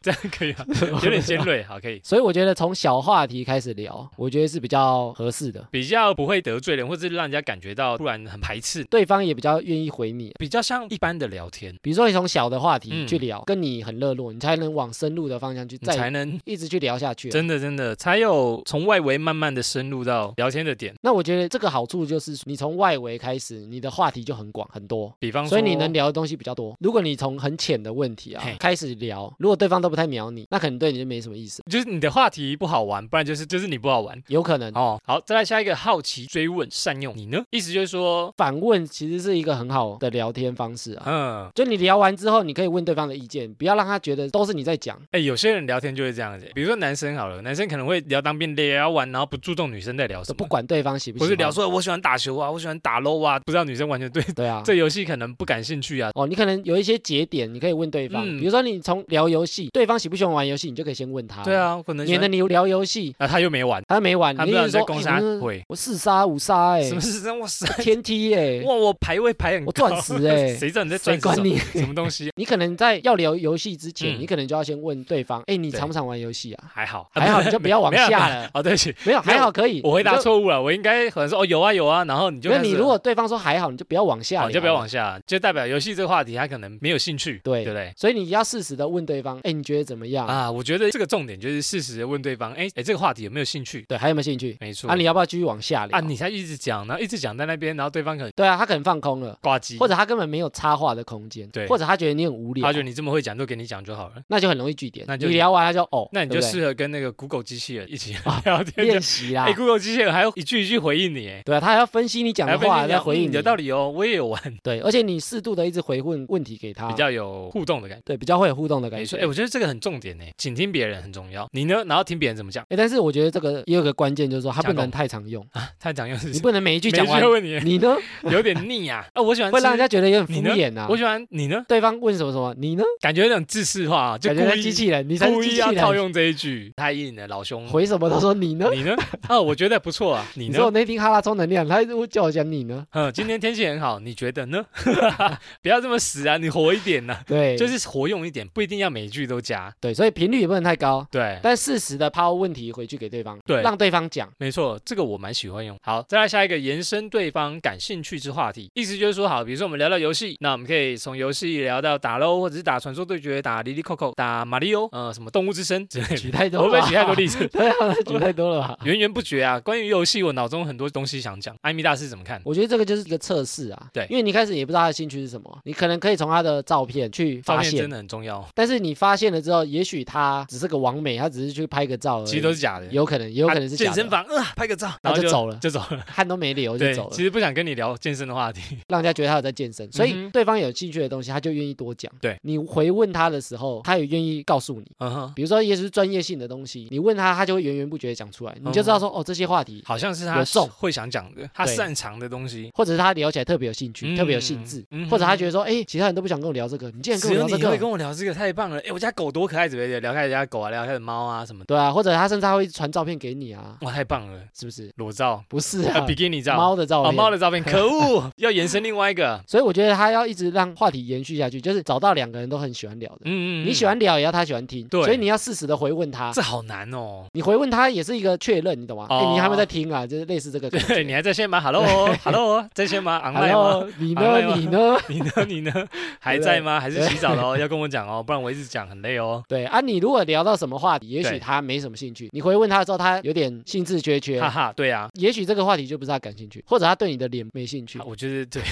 Speaker 1: 这样可 以吗？有点尖锐，好，可以。
Speaker 2: 所以我觉得从小话题开始聊，我觉得是比较合适的，
Speaker 1: 比较不会得罪人，或者是让人家感觉到突然很排斥，
Speaker 2: 对方也比较愿意回你。
Speaker 1: 比较像一般的聊天，
Speaker 2: 比如说你从小的话题
Speaker 1: 嗯
Speaker 2: 去聊，跟你很热络，你才能往深入的方向去，
Speaker 1: 你才
Speaker 2: 再
Speaker 1: 能
Speaker 2: 一直去聊下去啊。
Speaker 1: 真的真的才有从外围慢慢的深入到聊天的点。
Speaker 2: 那我觉得这个好处就是，你从外围开始，你的话题就很广很多，
Speaker 1: 比方说，
Speaker 2: 所以你能聊的东西比较多。如果你从很浅的问题啊
Speaker 1: 嘿
Speaker 2: 开始聊，如果对方都不太秒你，那可能对你就没什么意思，
Speaker 1: 就是你的话题不好玩，不然就是就是你不好玩。
Speaker 2: 有可能。
Speaker 1: 哦，好，再来下一个好奇追问善用，你呢？意思就是说，
Speaker 2: 反问其实是一个很好的聊天方式啊，
Speaker 1: 嗯，
Speaker 2: 就你聊完之后，你可以问对方的意见，不要让他觉得都是你在讲。
Speaker 1: 哎，有些人聊天就会这样子，比如说男生好了，男生可能会聊当兵聊完，然后不注重女生在聊什
Speaker 2: 不
Speaker 1: 么，
Speaker 2: 管对方喜不喜
Speaker 1: 不
Speaker 2: 欢，
Speaker 1: 是聊说我喜欢打球啊，我喜欢打 low 啊，不知道女生完全对
Speaker 2: 对啊。
Speaker 1: 这游戏可能不感兴趣啊，
Speaker 2: 哦，你可能有一些节点，你可以问对方，
Speaker 1: 嗯
Speaker 2: 比如说你从聊游戏，对方喜不喜欢玩游戏，你就可以先问他。
Speaker 1: 对，啊，可能喜
Speaker 2: 免
Speaker 1: 欢
Speaker 2: 得你聊游戏
Speaker 1: 啊，他又没玩，
Speaker 2: 他没玩，
Speaker 1: 他
Speaker 2: 你
Speaker 1: 不知道
Speaker 2: 一
Speaker 1: 你
Speaker 2: 直
Speaker 1: 在
Speaker 2: 说
Speaker 1: 攻
Speaker 2: 哎
Speaker 1: 杀
Speaker 2: 我是
Speaker 1: 会，
Speaker 2: 我四杀 五杀哎
Speaker 1: 什，么事情？哇塞，
Speaker 2: 天梯哎，
Speaker 1: 哇，我排位排很
Speaker 2: 我
Speaker 1: 高，
Speaker 2: 钻石哎，
Speaker 1: 谁知道你在钻石什
Speaker 2: 谁管
Speaker 1: 么
Speaker 2: 你？
Speaker 1: 什么东西？
Speaker 2: 你可能在要聊游戏之前，
Speaker 1: 嗯
Speaker 2: 你可能就要先问对方，哎，你
Speaker 1: 对
Speaker 2: 常不常玩游戏啊？
Speaker 1: 还好，
Speaker 2: 还好你 就不要往
Speaker 1: 没有
Speaker 2: 下了。
Speaker 1: 哦，对不起，
Speaker 2: 没有，还好可以。
Speaker 1: 我回答
Speaker 2: 你就。
Speaker 1: 错误了，我应该可能说哦有啊有啊，然后你就
Speaker 2: 那
Speaker 1: 开始
Speaker 2: 你如果对方说还好，你就不要往下
Speaker 1: 哦
Speaker 2: 聊，
Speaker 1: 你就不要往下，就代表游戏这个话题他可能没有兴趣，
Speaker 2: 对
Speaker 1: 对不对？
Speaker 2: 所以你要适时的问对方，哎，你觉得怎么样？
Speaker 1: 啊，我觉得这个重点就是适时的问对方，哎哎，这个话题有没有兴趣？
Speaker 2: 对，还有没有兴趣？
Speaker 1: 没错，
Speaker 2: 啊，你要不要继续往下聊？
Speaker 1: 啊你才一直讲，然后一直讲在那边，然后对方可能
Speaker 2: 对啊，他可能放空了，
Speaker 1: 挂机，
Speaker 2: 或者他根本没有插话的空间，
Speaker 1: 对
Speaker 2: 或者他觉得你很无聊
Speaker 1: 他觉，得你这么会讲，都给你讲就好了。
Speaker 2: 那就很容易据点。
Speaker 1: 那就
Speaker 2: 你聊完他就哦，
Speaker 1: 那你就
Speaker 2: 对不对啊
Speaker 1: 适合跟那个 Google 机器人一起聊天就
Speaker 2: 练习啊啦
Speaker 1: 哎、。g o o g l e 机器人还要一句一句回应你，哎，
Speaker 2: 对啊，他还要分析你讲
Speaker 1: 还
Speaker 2: 的
Speaker 1: 要分
Speaker 2: 话，
Speaker 1: 析
Speaker 2: 再回
Speaker 1: 嗯
Speaker 2: 应
Speaker 1: 你
Speaker 2: 你
Speaker 1: 的道理哦，我也有玩，
Speaker 2: 对，而且你适度的一直回问问题给他，
Speaker 1: 比较有互动的感觉。
Speaker 2: 对比较会有互动的感
Speaker 1: 没错，
Speaker 2: 觉。
Speaker 1: 哎、我觉得这个很重点呢，倾听别人很重要。你呢？然后听别人怎么讲，
Speaker 2: 哎，但是我觉得这个也有个关键，就是说它不
Speaker 1: 讲
Speaker 2: 能
Speaker 1: 够
Speaker 2: 太常用，
Speaker 1: 太常用是
Speaker 2: 你
Speaker 1: 什
Speaker 2: 不能每一句
Speaker 1: 么
Speaker 2: 讲
Speaker 1: 每一
Speaker 2: 完
Speaker 1: 句，问你，
Speaker 2: 你呢
Speaker 1: 有点腻 啊。啊，我喜欢
Speaker 2: 会让
Speaker 1: 吃
Speaker 2: 人家觉得有点
Speaker 1: 你
Speaker 2: 敷
Speaker 1: 呢
Speaker 2: 衍啊
Speaker 1: 我。喜欢你呢，
Speaker 2: 对方问什么什么，你呢？
Speaker 1: 感觉有点自视化、啊，就
Speaker 2: 感
Speaker 1: 故
Speaker 2: 觉像
Speaker 1: 意
Speaker 2: 机器人，你才
Speaker 1: 故
Speaker 2: 是
Speaker 1: 意
Speaker 2: 机器
Speaker 1: 要套
Speaker 2: 人，
Speaker 1: 用这一句，太硬了，老 兄。
Speaker 2: 回什么都说你呢？
Speaker 1: 你呢？啊，我觉得不错啊。你
Speaker 2: 你
Speaker 1: 呢
Speaker 2: 说？我那天哈拉充能量，他一直叫我讲你呢？
Speaker 1: 嗯，今天天气很好，你觉得呢？ 不要这么死啊，你活一点呐、
Speaker 2: 对，
Speaker 1: 就是活用一点，不一定要每一句都加。
Speaker 2: 对，所以频率也不能太高，
Speaker 1: 对，
Speaker 2: 但适时的抛问题回去给对方，
Speaker 1: 对
Speaker 2: 让对方讲。
Speaker 1: 没错，这个我蛮喜欢用。好，再来下一个延伸对方感兴趣之话题，意思就是说，好，比如说我们聊到游戏，那我们可以从游戏聊到打 LO，或者是打传说对决、打 Lily Coco、打马里奥，呃，什么动物之声之类的。
Speaker 2: 举太
Speaker 1: 我
Speaker 2: 多
Speaker 1: 会
Speaker 2: 了
Speaker 1: 不
Speaker 2: 吧，？
Speaker 1: 会举太多 例子
Speaker 2: 对啊，举太多了吧
Speaker 1: ？源源不绝啊！关于游戏，我脑中很多东西想讲。艾米大师怎么看？
Speaker 2: 我觉得这个就是一个测试啊，
Speaker 1: 对
Speaker 2: 因为你一开始也不知道他的兴趣是什么，你可能可以从他的照片去
Speaker 1: 照
Speaker 2: 发
Speaker 1: 片真
Speaker 2: 现，
Speaker 1: 的很重要，
Speaker 2: 但是你发现了之后，也许他只是个完美，他只是去拍个照而已，
Speaker 1: 其实都是假的。
Speaker 2: 有可能，也有可能是
Speaker 1: 啊
Speaker 2: 假
Speaker 1: 健
Speaker 2: 的
Speaker 1: 身，房，呃，拍个照，
Speaker 2: 然后
Speaker 1: 就
Speaker 2: 就走了，
Speaker 1: 就走了。
Speaker 2: 汗都没 流就
Speaker 1: 对
Speaker 2: 走，了
Speaker 1: 其，实不想跟你聊健身的话题。
Speaker 2: 让人家觉得他有在健身，所
Speaker 1: 嗯
Speaker 2: 以
Speaker 1: 哼
Speaker 2: 对方有兴趣的东西，他就愿意多讲。
Speaker 1: 对
Speaker 2: 你回问他的时候，他也愿意告诉你。
Speaker 1: 嗯哼，
Speaker 2: 比如说，也许是专业性的东西，你问他，他就会源源不绝地讲出来，你就知道说，哦，这些话题，
Speaker 1: 好像是他
Speaker 2: 有中
Speaker 1: 会想讲的，他
Speaker 2: 对
Speaker 1: 擅长的东西。
Speaker 2: 或者是他聊起来特别有兴趣，
Speaker 1: 嗯
Speaker 2: 特别有兴致，
Speaker 1: 嗯
Speaker 2: 或者他觉得说，哎，其他人都不想跟我聊这个，你竟然
Speaker 1: 只
Speaker 2: 跟我
Speaker 1: 有
Speaker 2: 聊
Speaker 1: 你
Speaker 2: 这
Speaker 1: 会
Speaker 2: 个，
Speaker 1: 跟我聊这个，太棒了！哎，我家狗多可爱，怎么样？聊开人家狗啊，聊开猫啊什么的，
Speaker 2: 对啊，或者他甚至还会传照片给你啊，
Speaker 1: 哇，太棒了！
Speaker 2: 是不是？
Speaker 1: 裸照，
Speaker 2: 不是
Speaker 1: 啊，
Speaker 2: 啊
Speaker 1: 比，基尼照，
Speaker 2: 猫的照
Speaker 1: 哦，
Speaker 2: 片，
Speaker 1: 猫的照片，可恶！ 要延伸另外一个，
Speaker 2: 所以我觉得他要一直让话题延续下去，就是找到两个人都很喜欢聊的，
Speaker 1: 嗯嗯，嗯
Speaker 2: 你喜，欢聊也要他喜欢听，
Speaker 1: 对
Speaker 2: 所以你要适时的回问他
Speaker 1: 这。好难哦。
Speaker 2: 你回问他也是一个确认，你懂吗？哎、
Speaker 1: 哦
Speaker 2: 你还没在听啊，就是类似这个感
Speaker 1: 对，
Speaker 2: 觉。
Speaker 1: 你还在线吗？Hello，Hello，在哦线 吗？online 吗？
Speaker 2: Hello，你
Speaker 1: online 吗
Speaker 2: 呢？你呢？
Speaker 1: 你呢？你呢？还在吗？还是洗澡 了哦？要跟我讲哦，不然我一直讲很累哦。
Speaker 2: 对啊，你如果聊到什么话题，也
Speaker 1: 对
Speaker 2: 许他没什么兴趣，你回问他的时候，他有点兴致缺缺
Speaker 1: 哈，哈，对啊，
Speaker 2: 也许这个话题就不是他感兴趣，或者他对你的脸没兴趣
Speaker 1: 啊，我觉得对，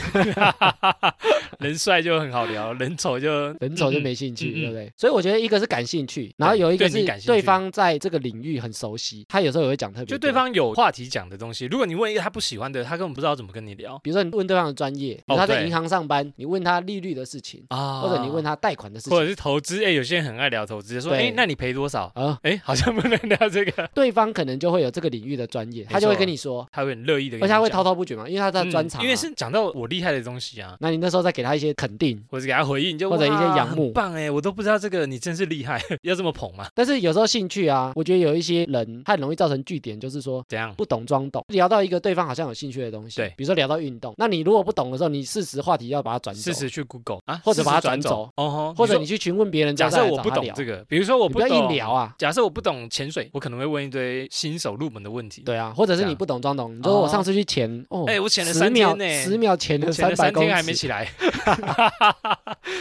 Speaker 1: 人帅就很好聊，人丑就
Speaker 2: 人丑就
Speaker 1: 嗯嗯
Speaker 2: 没兴
Speaker 1: 嗯
Speaker 2: 趣，
Speaker 1: 嗯
Speaker 2: 对不对？所以我觉得一个是感兴趣，然后有一个
Speaker 1: 对你感
Speaker 2: 是
Speaker 1: 兴趣
Speaker 2: 对方在这个领域很熟悉，他有时候也会讲特别
Speaker 1: 就
Speaker 2: 多。
Speaker 1: 对方有话题讲的东西，如果你问一个他不喜欢的，他根本不知道怎么跟你聊
Speaker 2: 比如说你问对方的专业，比如
Speaker 1: 哦
Speaker 2: 他在
Speaker 1: 对
Speaker 2: 银行上班，你问他利率的事情，
Speaker 1: 啊
Speaker 2: 或者你问他贷款的事
Speaker 1: 或
Speaker 2: 情，
Speaker 1: 者是投资，哎、有些人很爱聊投资，说，哎、
Speaker 2: 对
Speaker 1: 那你赔多少？
Speaker 2: 啊，
Speaker 1: 哎、 好像不能聊这个，
Speaker 2: 对方可能就会有这个领域的专业，
Speaker 1: 错嗯
Speaker 2: 他就会跟你说，
Speaker 1: 他会很乐意的，
Speaker 2: 而且他会滔滔不绝嘛，因为他在专长啊。
Speaker 1: 因为是讲到我厉害的东西啊。
Speaker 2: 那你那时候再给他他一些肯定。
Speaker 1: 或者给他回应，就
Speaker 2: 或者一些
Speaker 1: 哇
Speaker 2: 仰慕
Speaker 1: 很棒哎，我都不知道这个你真是厉害， 要这么捧吗？
Speaker 2: 但是有时候兴趣啊，我觉得有一些人他很容易造成据点，就是说
Speaker 1: 怎样？
Speaker 2: 不懂装懂。聊到一个对方好像有兴趣的东西，
Speaker 1: 对
Speaker 2: 比如说聊到运动，那你如果不懂的时候，你适时话题要把它转走
Speaker 1: 试，试去 Google 啊，
Speaker 2: 或者把它
Speaker 1: 适时转
Speaker 2: 转走
Speaker 1: 哦吼，
Speaker 2: 或者
Speaker 1: 说
Speaker 2: 你去询问别人之
Speaker 1: 假
Speaker 2: 后再
Speaker 1: 设
Speaker 2: 来
Speaker 1: 我
Speaker 2: 找
Speaker 1: 不
Speaker 2: 他
Speaker 1: 懂
Speaker 2: 聊，
Speaker 1: 这个，比如说我
Speaker 2: 你
Speaker 1: 不
Speaker 2: 不要
Speaker 1: 懂，
Speaker 2: 硬聊啊。
Speaker 1: 假设我不懂潜水，我可能会问一堆新手入门的问题。
Speaker 2: 对啊，或者是
Speaker 1: 这
Speaker 2: 你
Speaker 1: 样
Speaker 2: 不懂装懂，你说我上次去潜，哦，
Speaker 1: 哎我潜了
Speaker 2: 10
Speaker 1: 三
Speaker 2: 秒
Speaker 1: 天呢
Speaker 2: 十秒潜了
Speaker 1: 前
Speaker 2: 三
Speaker 1: 了
Speaker 2: 百
Speaker 1: 三
Speaker 2: 公
Speaker 1: 天还没
Speaker 2: 尺，
Speaker 1: 起来，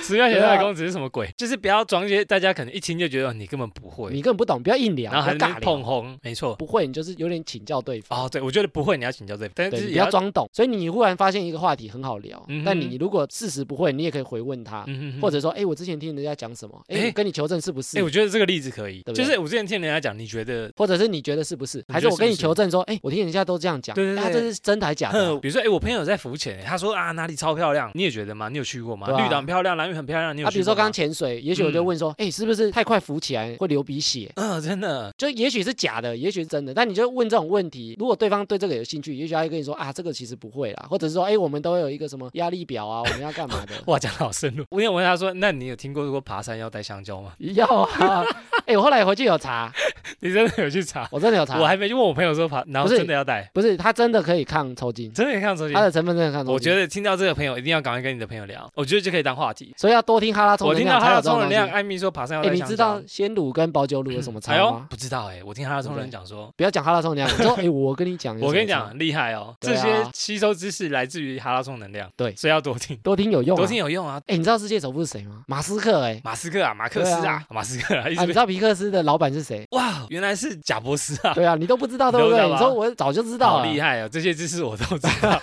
Speaker 1: 十秒前
Speaker 2: 对啊
Speaker 1: 三百公尺是什么鬼？就是不要装一些大家可能一听就觉得哦你根本不会，
Speaker 2: 你根本不懂，不要硬聊，
Speaker 1: 然后还
Speaker 2: 不
Speaker 1: 在
Speaker 2: 要
Speaker 1: 那
Speaker 2: 尬
Speaker 1: 边
Speaker 2: 聊
Speaker 1: 碰，红，没错。
Speaker 2: 不会，你就是有点请教对方。
Speaker 1: 哦，对，我觉得不会，你要请教对方，但
Speaker 2: 对，
Speaker 1: 是
Speaker 2: 你
Speaker 1: 也
Speaker 2: 不要。装懂，所以你忽然发现一个话题很好聊，
Speaker 1: 嗯哼
Speaker 2: 但你如果事实不会，你也可以回问他，
Speaker 1: 嗯哼
Speaker 2: 或
Speaker 1: 者，
Speaker 2: 者说，哎，我之前听人家讲什么，
Speaker 1: 哎
Speaker 2: 哎，我跟你求证是不是
Speaker 1: 哎，？我觉得这个例子可以，
Speaker 2: 对不
Speaker 1: 就
Speaker 2: 对
Speaker 1: 是我之前听人家讲，你觉得，
Speaker 2: 或者是你觉得是不是？
Speaker 1: 你
Speaker 2: 还
Speaker 1: 觉
Speaker 2: 是
Speaker 1: 得
Speaker 2: 我跟你
Speaker 1: 是不是
Speaker 2: 求证说，哎，我听人家都这样讲，
Speaker 1: 对对
Speaker 2: 哎他
Speaker 1: 对
Speaker 2: 这是真的还假的
Speaker 1: 哼
Speaker 2: 啊？
Speaker 1: 比如说，哎，我朋友在浮潜，哎他说啊哪里超漂亮，你也觉得吗？你有去过吗？
Speaker 2: 对啊
Speaker 1: 绿岛很漂亮，蓝屿很漂亮，你有
Speaker 2: 啊，
Speaker 1: 去过吗？
Speaker 2: 比如说刚刚潜水，也许我就
Speaker 1: 嗯
Speaker 2: 问说，哎，是不是太快浮起来会流鼻血？
Speaker 1: 嗯，真的，。
Speaker 2: 就也许是假的，也许是真的，但你就问这种问题，如果对方对这个有兴趣，也许他会跟你说啊，这个其实不会啦，或者是说，哎、我们都会有一个什么压力表啊，我们要干嘛的
Speaker 1: 哇，讲的好深入。我有问他说，那你有听过如果爬山 要带香蕉吗？
Speaker 2: 要 啊，哎、我后来回去有查，
Speaker 1: 你真的有去查？
Speaker 2: 我真的有
Speaker 1: 我
Speaker 2: 查，
Speaker 1: 还没去问我朋友说爬，然后
Speaker 2: 不是
Speaker 1: 真的要带，
Speaker 2: 不是它真的可以抗抽筋，
Speaker 1: 真的看手机
Speaker 2: 它。的成分真的抗抽筋。
Speaker 1: 我觉，得听到这个朋友一定要赶快跟你的朋友聊，我觉得就可以当话题。
Speaker 2: 所以要多听哈拉充
Speaker 1: 我
Speaker 2: 能
Speaker 1: 听到
Speaker 2: 量
Speaker 1: 哈
Speaker 2: 才有
Speaker 1: 拉
Speaker 2: 这种
Speaker 1: 充能
Speaker 2: 东西。
Speaker 1: 量，艾米说爬山要
Speaker 2: 哎、
Speaker 1: 带
Speaker 2: 你
Speaker 1: 香
Speaker 2: 知
Speaker 1: 蕉。
Speaker 2: 道鲜乳跟保酒乳有什 么差
Speaker 1: 哎呦
Speaker 2: 吗？，
Speaker 1: 不知道哎，我听哈拉充能量讲说，
Speaker 2: 不要讲哈拉 充能量，你说哎、我跟你讲，有
Speaker 1: 我
Speaker 2: 什
Speaker 1: 跟
Speaker 2: 么
Speaker 1: 你
Speaker 2: 差
Speaker 1: 讲，，厉害哦，这
Speaker 2: 对啊
Speaker 1: 些吸收知识来自于哈拉充能量，
Speaker 2: 对
Speaker 1: 所以要多听，
Speaker 2: 多听有用、啊。
Speaker 1: 多听有用啊。
Speaker 2: 哎、你知道世界首富是谁吗？马斯克、哎、
Speaker 1: 马斯克啊，马克思啊，马斯克啊，一
Speaker 2: 啊，你知
Speaker 1: 直
Speaker 2: 道皮克斯的老板是谁？
Speaker 1: 哇，原来是贾博斯啊。
Speaker 2: 对啊，你都不知道
Speaker 1: 你
Speaker 2: 对不
Speaker 1: 都知道
Speaker 2: 对？
Speaker 1: 吧
Speaker 2: 你说我早就知道啊
Speaker 1: 好
Speaker 2: 了，
Speaker 1: 厉害哦！这些知识我都知 道。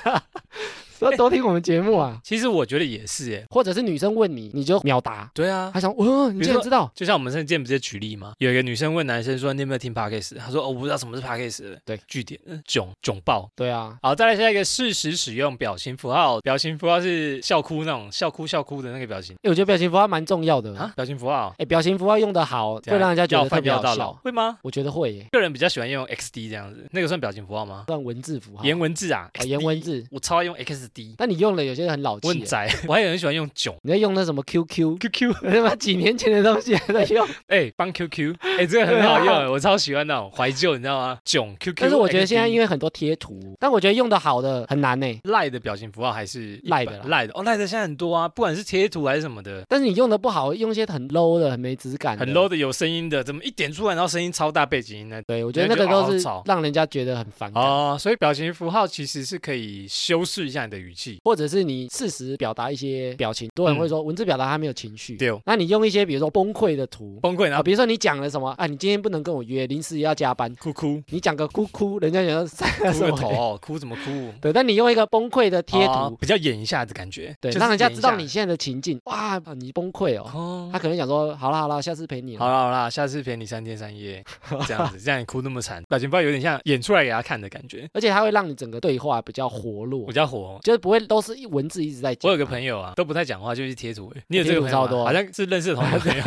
Speaker 2: 所以多听我们节目 啊，
Speaker 1: 其实我觉得也是哎，
Speaker 2: 或者是女生问你，你就秒答，
Speaker 1: 对啊，
Speaker 2: 她想，哦，
Speaker 1: 比
Speaker 2: 你
Speaker 1: 如
Speaker 2: 竟
Speaker 1: 说
Speaker 2: 然知道？
Speaker 1: 就像我们之前不是举例吗？有一个女生问男生说：“你有没有听 podcast？” 他说：“哦，我不知道什么是 podcast。”
Speaker 2: 对，
Speaker 1: 据点，嗯囧囧爆。
Speaker 2: 对啊，
Speaker 1: 好，再来下一个适时使用表情符号。表情符号是笑哭那种笑哭笑哭的那个表情
Speaker 2: 哎，我觉得表情符号蛮重要的
Speaker 1: 啊。表情符号
Speaker 2: 哎，表情符号用得好，
Speaker 1: 怎样
Speaker 2: 会让人家觉
Speaker 1: 要
Speaker 2: 得特
Speaker 1: 饭
Speaker 2: 别
Speaker 1: 要
Speaker 2: 好
Speaker 1: 到老，
Speaker 2: 笑。
Speaker 1: 会吗？
Speaker 2: 我觉得会耶，
Speaker 1: 个人比较喜欢用 XD 这样子，那个算表情符号吗？
Speaker 2: 算文字符号，
Speaker 1: 颜文字啊，
Speaker 2: 啊
Speaker 1: XD
Speaker 2: 颜文字。
Speaker 1: 我超爱用 XD。
Speaker 2: 但你用了有些很老气
Speaker 1: 问
Speaker 2: 耶，
Speaker 1: 仔， 我还有人喜欢用囧
Speaker 2: 你在用那什么 QQ，
Speaker 1: QQ，
Speaker 2: 他妈几年前的东西还在用。
Speaker 1: 哎，帮 QQ，哎，这个很好用，我超喜欢那种怀旧，你知道吗？囧 QQ，
Speaker 2: 但是我觉得现在因
Speaker 1: 为
Speaker 2: 为很多贴图，但我觉得用得好的很难呢。
Speaker 1: 赖的表情符号还是
Speaker 2: 赖的啦
Speaker 1: 赖的哦，赖的现在很多啊，不管是贴图还是什么的，
Speaker 2: 但是你用的不好，用一些很 low 的、很没质感的、
Speaker 1: 很 low 的有声音的，怎么一点出来然后声音超大背景音呢？
Speaker 2: 对，我觉得
Speaker 1: 人家
Speaker 2: 那
Speaker 1: 觉
Speaker 2: 个
Speaker 1: 得哦
Speaker 2: 都
Speaker 1: 好
Speaker 2: 是
Speaker 1: 吵
Speaker 2: 让人家觉得很反感。
Speaker 1: 哦，所以表情符号其实是可以修饰一下你的语气，
Speaker 2: 或者是你适时表达一些表情，多人
Speaker 1: 嗯
Speaker 2: 会说文字表达它没有情绪。
Speaker 1: 对哦
Speaker 2: 那你用一些比如说崩溃的图
Speaker 1: 崩溃然
Speaker 2: 啊，
Speaker 1: 后
Speaker 2: 比如说你讲了什么啊，你今天不能跟我约，临时要加班，
Speaker 1: 哭哭
Speaker 2: 你讲个哭哭，人家觉 得三
Speaker 1: 哭
Speaker 2: 什
Speaker 1: 个
Speaker 2: 么
Speaker 1: 头哦，哭什么哭？
Speaker 2: 对，但你用一个崩溃的贴图，
Speaker 1: 哦比较演一下的感觉，
Speaker 2: 对，
Speaker 1: 就是
Speaker 2: 让人家
Speaker 1: 演一
Speaker 2: 知道
Speaker 1: 下
Speaker 2: 你现在的情境，哇，你崩溃哦。
Speaker 1: 哦
Speaker 2: 他。可能想说，好啦好啦，下次陪你了。
Speaker 1: 好啦好啦，下次陪你三天三 夜，这样子，这样你哭那么惨，表情包有点像演出来给他看的感觉，
Speaker 2: 而且他会让你整个对话比较活
Speaker 1: 我
Speaker 2: 络，
Speaker 1: 叫火。
Speaker 2: 就是不会都是一文字一直在讲。
Speaker 1: 我有个朋友啊，都不太讲话，就是贴图而已。你有这个朋
Speaker 2: 贴图
Speaker 1: 友
Speaker 2: 超
Speaker 1: 吗
Speaker 2: 多
Speaker 1: 好像是认识的同 一个朋友，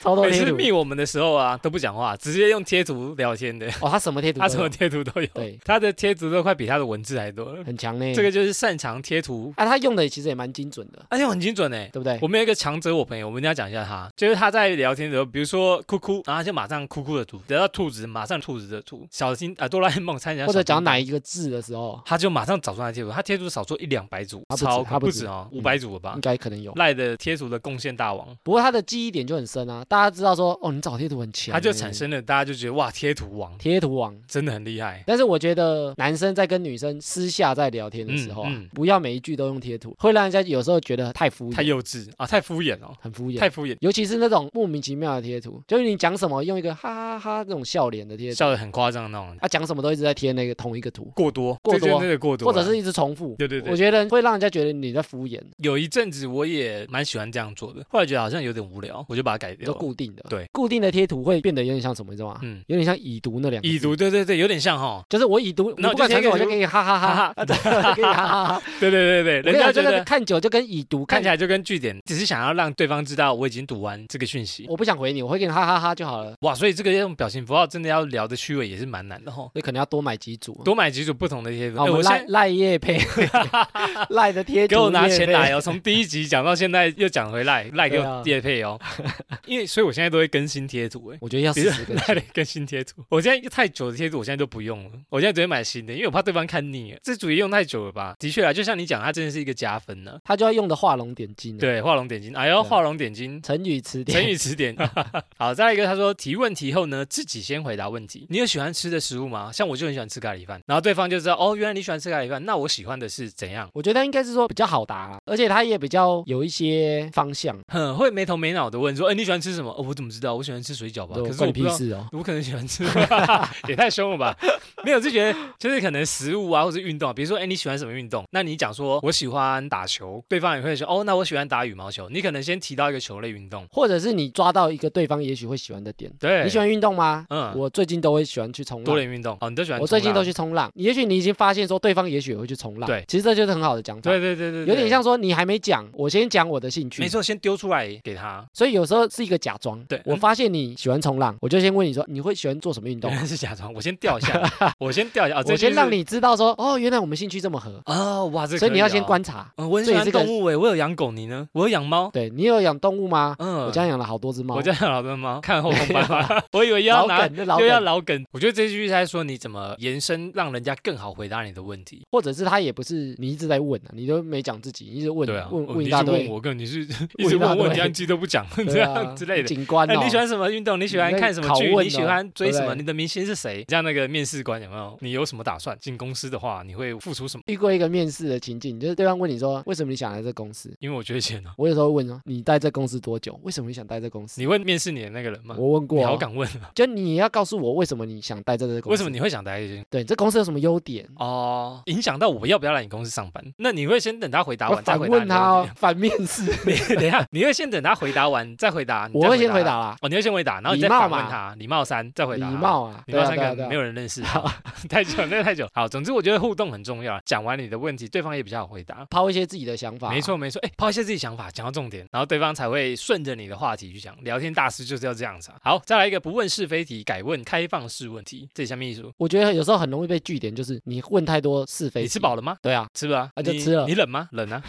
Speaker 2: 超多
Speaker 1: 每
Speaker 2: 贴
Speaker 1: 次
Speaker 2: 图
Speaker 1: 密我们的时候啊，都不讲话，直接用贴图聊天的。
Speaker 2: 哦，他什么贴图
Speaker 1: 他
Speaker 2: 都
Speaker 1: 什么
Speaker 2: 有，
Speaker 1: 贴图都有
Speaker 2: 对，
Speaker 1: 他的贴图都快比他的文字还多了。
Speaker 2: 很强呢。
Speaker 1: 这个就是擅长贴图，
Speaker 2: 啊，他用的其实也蛮精准的，
Speaker 1: 而且很精准哎。
Speaker 2: 对不对？
Speaker 1: 我们有一个强者，我朋友，我们一定要讲一下他，就是他在聊天的时候，比如说哭哭，然后他就马上哭哭的图，聊到兔子，马上兔子的图，小新啊，哆啦 A 梦参加，
Speaker 2: 或者讲哪一个字的时候，
Speaker 1: 他就马上找出来贴图，他贴图少说一两百组，
Speaker 2: 他不止
Speaker 1: 超
Speaker 2: 他不
Speaker 1: 不
Speaker 2: 止
Speaker 1: 止哦，
Speaker 2: 嗯
Speaker 1: 五百组了吧
Speaker 2: 应？该可能有。
Speaker 1: 赖的贴图的贡献大王，
Speaker 2: 不过他的记忆点就很深啊，大家知道说，哦，你找贴图很强欸，
Speaker 1: 他就产生了，大家就觉得哇，贴图王
Speaker 2: 贴图王。
Speaker 1: 真的很厉害。
Speaker 2: 但是我觉得男生在跟女生私下在聊天的时候啊，
Speaker 1: 嗯嗯
Speaker 2: 不要每一句都用贴图，会让人家有时候觉得太敷
Speaker 1: 太
Speaker 2: 衍，
Speaker 1: 幼稚啊，太敷衍了，
Speaker 2: 很敷
Speaker 1: 太
Speaker 2: 衍。
Speaker 1: 敷衍，
Speaker 2: 尤其是那种莫名其妙的贴图，就是你讲什么用一个哈哈哈那种笑脸的贴图，
Speaker 1: 笑得很夸张的那种，
Speaker 2: 啊讲什么都一直在贴那个同一个图，
Speaker 1: 过多，
Speaker 2: 过
Speaker 1: 这就是
Speaker 2: 多
Speaker 1: 那个过多
Speaker 2: 或
Speaker 1: 啊，
Speaker 2: 者是一直重复。
Speaker 1: 对对对
Speaker 2: 我觉得会让人家觉得你在敷衍，
Speaker 1: 有一阵子我也蛮喜欢这样做的，后来觉得好像有点无聊，我就把它改掉
Speaker 2: 就
Speaker 1: 了。
Speaker 2: 固定的。
Speaker 1: 啊对，
Speaker 2: 固定的贴图会变得有点像什么，你知道吗？
Speaker 1: 嗯，
Speaker 2: 有点像已读那两个字。
Speaker 1: 已读，对对对，有点像 哈，
Speaker 2: 就是我已读，你
Speaker 1: 那我
Speaker 2: 不管
Speaker 1: 就贴
Speaker 2: 传
Speaker 1: 一个
Speaker 2: 什么，我就
Speaker 1: 图
Speaker 2: 给你哈哈哈，
Speaker 1: 哈哈，
Speaker 2: 给你哈哈 哈。
Speaker 1: 对对对对，人家
Speaker 2: 这
Speaker 1: 觉
Speaker 2: 个
Speaker 1: 得
Speaker 2: 看久就跟已读
Speaker 1: 看
Speaker 2: 看
Speaker 1: 起来就跟据点，只是想要让对方知道我已经读完这个讯息。
Speaker 2: 我不想回你，我会给你哈哈哈就好了。
Speaker 1: 哇，所以这个用表情符号真的要聊的趣味也是蛮难的哈。
Speaker 2: 所以可能要多买几组。
Speaker 1: 多买几组不同的贴图。
Speaker 2: 好，
Speaker 1: 哎
Speaker 2: 哦我
Speaker 1: 我
Speaker 2: 们
Speaker 1: 现
Speaker 2: 赖
Speaker 1: 在
Speaker 2: 赖叶配，赖的贴图
Speaker 1: 给我拿
Speaker 2: 免
Speaker 1: 钱
Speaker 2: 费
Speaker 1: 来哦！从第一集讲到现在，又讲回 赖赖给
Speaker 2: 对啊
Speaker 1: 我叶配 哦，因为所以我现在都会更新贴图哎、
Speaker 2: 我觉得要
Speaker 1: 比
Speaker 2: 四
Speaker 1: 如
Speaker 2: 十 个
Speaker 1: 赖的更新贴图，我现在太久的贴图我现在都不用了，我现在只会买新的，因为我怕对方看腻了。这主意用太久了吧？的确啊，就像你讲，它真的是一个加分呢、
Speaker 2: 他就要用的画龙点睛。，
Speaker 1: 对，画龙点睛，哎呦，画龙点 睛。
Speaker 2: 成语词典。
Speaker 1: 成语词典， 好，再来一个，他说提问题后呢，自己先回答问题。你有喜欢吃的食物吗？像我就很喜欢吃咖喱饭，然后对方就知道哦，原来你喜欢吃咖喱饭，那我喜欢的是怎样？
Speaker 2: 我觉得应该是说比较好答啦，啊而且他也比较有一些方向。
Speaker 1: 很会没头没脑的问说，哎、你喜欢吃什么？哦，我怎么知道？我喜欢吃水饺吧，
Speaker 2: 对
Speaker 1: 可是
Speaker 2: 关
Speaker 1: 我
Speaker 2: 你
Speaker 1: 不知
Speaker 2: 屁
Speaker 1: 道。
Speaker 2: 事哦。
Speaker 1: 我可能喜欢吃， 也太凶了吧？ 没有，就觉得就是可能食物啊，或者运动啊，比如说，哎，你喜欢什么运动？那你讲说我喜欢打球，对方也会说，哦，那我喜欢打羽毛球。你可能先提到一个球类运动，
Speaker 2: 或者是你抓到一个对方也许会喜欢的点。
Speaker 1: 对，
Speaker 2: 你喜欢运动吗？
Speaker 1: 嗯
Speaker 2: 我最近都会喜欢去冲
Speaker 1: 多
Speaker 2: 浪。
Speaker 1: 人运动哦，你都喜欢冲浪，
Speaker 2: 我最近都去冲浪，也许你已经发现说对方也许也会去冲浪。
Speaker 1: 对
Speaker 2: 其实这就是很好的讲法
Speaker 1: 对，。对对对对，
Speaker 2: 有点像说你还没讲，我先讲我的兴趣。
Speaker 1: 没，错，先丢出来给他，
Speaker 2: 所以有时候是一个假装。
Speaker 1: 对嗯
Speaker 2: 我发现你喜欢冲浪，我就先问你说你会喜欢做什么运动
Speaker 1: 原？来 是假装，我先掉一下， 我先掉一下，啊哦，这
Speaker 2: 我先
Speaker 1: 就是
Speaker 2: 让你知道说哦，原来我们兴趣这么合，
Speaker 1: 哦，哇，这
Speaker 2: 所以
Speaker 1: 可
Speaker 2: 你要
Speaker 1: 哦
Speaker 2: 先，观察。
Speaker 1: 嗯，我很
Speaker 2: 这
Speaker 1: 喜
Speaker 2: 也
Speaker 1: 欢
Speaker 2: 是个
Speaker 1: 动物诶，我有养狗，你呢？我有养猫，
Speaker 2: 对你有养动物吗？
Speaker 1: 嗯，
Speaker 2: 我家养了好多只猫。
Speaker 1: 我家养老的猫，看 后空翻吗？ 我以为又要
Speaker 2: 老
Speaker 1: 拿
Speaker 2: 梗，那老
Speaker 1: 又要
Speaker 2: 梗，
Speaker 1: 老梗。我觉得这句是在说你怎么延伸，让人家更好回答你的问题。
Speaker 2: 或者是他也不是你一直在问啊，你都没讲自己，你一直问
Speaker 1: 对啊，
Speaker 2: 问
Speaker 1: 哦
Speaker 2: 问
Speaker 1: 你
Speaker 2: 一
Speaker 1: 一
Speaker 2: 大
Speaker 1: 直问
Speaker 2: 堆，
Speaker 1: 我， 跟你 是一
Speaker 2: 问
Speaker 1: 直
Speaker 2: 一大
Speaker 1: 问问
Speaker 2: 堆
Speaker 1: 相机都不讲 这
Speaker 2: 对啊
Speaker 1: 样之类的。
Speaker 2: 景观
Speaker 1: 哎，
Speaker 2: 哦
Speaker 1: 你。喜欢什么运动？你喜欢
Speaker 2: 你在
Speaker 1: 看什么
Speaker 2: 拷
Speaker 1: 剧？
Speaker 2: 问
Speaker 1: 你喜
Speaker 2: 哦
Speaker 1: 欢追什
Speaker 2: 对
Speaker 1: 么？
Speaker 2: 不对
Speaker 1: 你的明星是谁？像那个面试官有没有？你有什么打算？进公司的话，你会付出什么？
Speaker 2: 遇过一个面试的情境，就是对方问你说为什么你想来这公司，
Speaker 1: 因为我缺钱啊。
Speaker 2: 我有时候会问说你待这公司多久，为什么你想待这公司？
Speaker 1: 你问面试你的那个人吗？
Speaker 2: 我问
Speaker 1: 你
Speaker 2: 过
Speaker 1: 好
Speaker 2: 哦，
Speaker 1: 敢问啊！
Speaker 2: 就你要告诉我为什么你想待在这个公司，
Speaker 1: 为什么你会想待在这间
Speaker 2: 对这公司有什么优点？
Speaker 1: 哦，影响到我要不要来你公司上班？那你会先等他回答
Speaker 2: 我
Speaker 1: 完再
Speaker 2: 反
Speaker 1: 回答
Speaker 2: 问
Speaker 1: 你
Speaker 2: 他
Speaker 1: 的问
Speaker 2: 哦
Speaker 1: 题。，
Speaker 2: 反面试，
Speaker 1: 你 等一下，你会先等他回答完再回答，你再
Speaker 2: 我会先回
Speaker 1: 他
Speaker 2: 答。啦，
Speaker 1: 哦，你会先回答，然后你
Speaker 2: 礼
Speaker 1: 再
Speaker 2: 貌
Speaker 1: 反
Speaker 2: 嘛
Speaker 1: 问他，礼貌三再回
Speaker 2: 礼
Speaker 1: 答。，
Speaker 2: 貌啊，
Speaker 1: 礼
Speaker 2: 对
Speaker 1: 貌
Speaker 2: 啊
Speaker 1: 三
Speaker 2: 对啊
Speaker 1: 个
Speaker 2: 对
Speaker 1: 没
Speaker 2: 啊。
Speaker 1: 有人认识， 太久，那个太久。好，总之我觉得互动很重要，讲完你的问题，对方也比较好回答。
Speaker 2: 抛一些自己的想法，啊
Speaker 1: 没，错没错，哎，抛一下自己想法，讲到重点，然后对方才会顺着你的话题去讲。聊天大师就是要这样子啊。好，再来一个不问是非题，改问开放式问题，这也像秘书，
Speaker 2: 我觉得有时候很容易被据点，就是你问太多是非。
Speaker 1: 你吃饱？了吗？
Speaker 2: 对啊，
Speaker 1: 吃了啊，
Speaker 2: 啊就
Speaker 1: 你
Speaker 2: 吃了
Speaker 1: 你冷吗？冷 啊。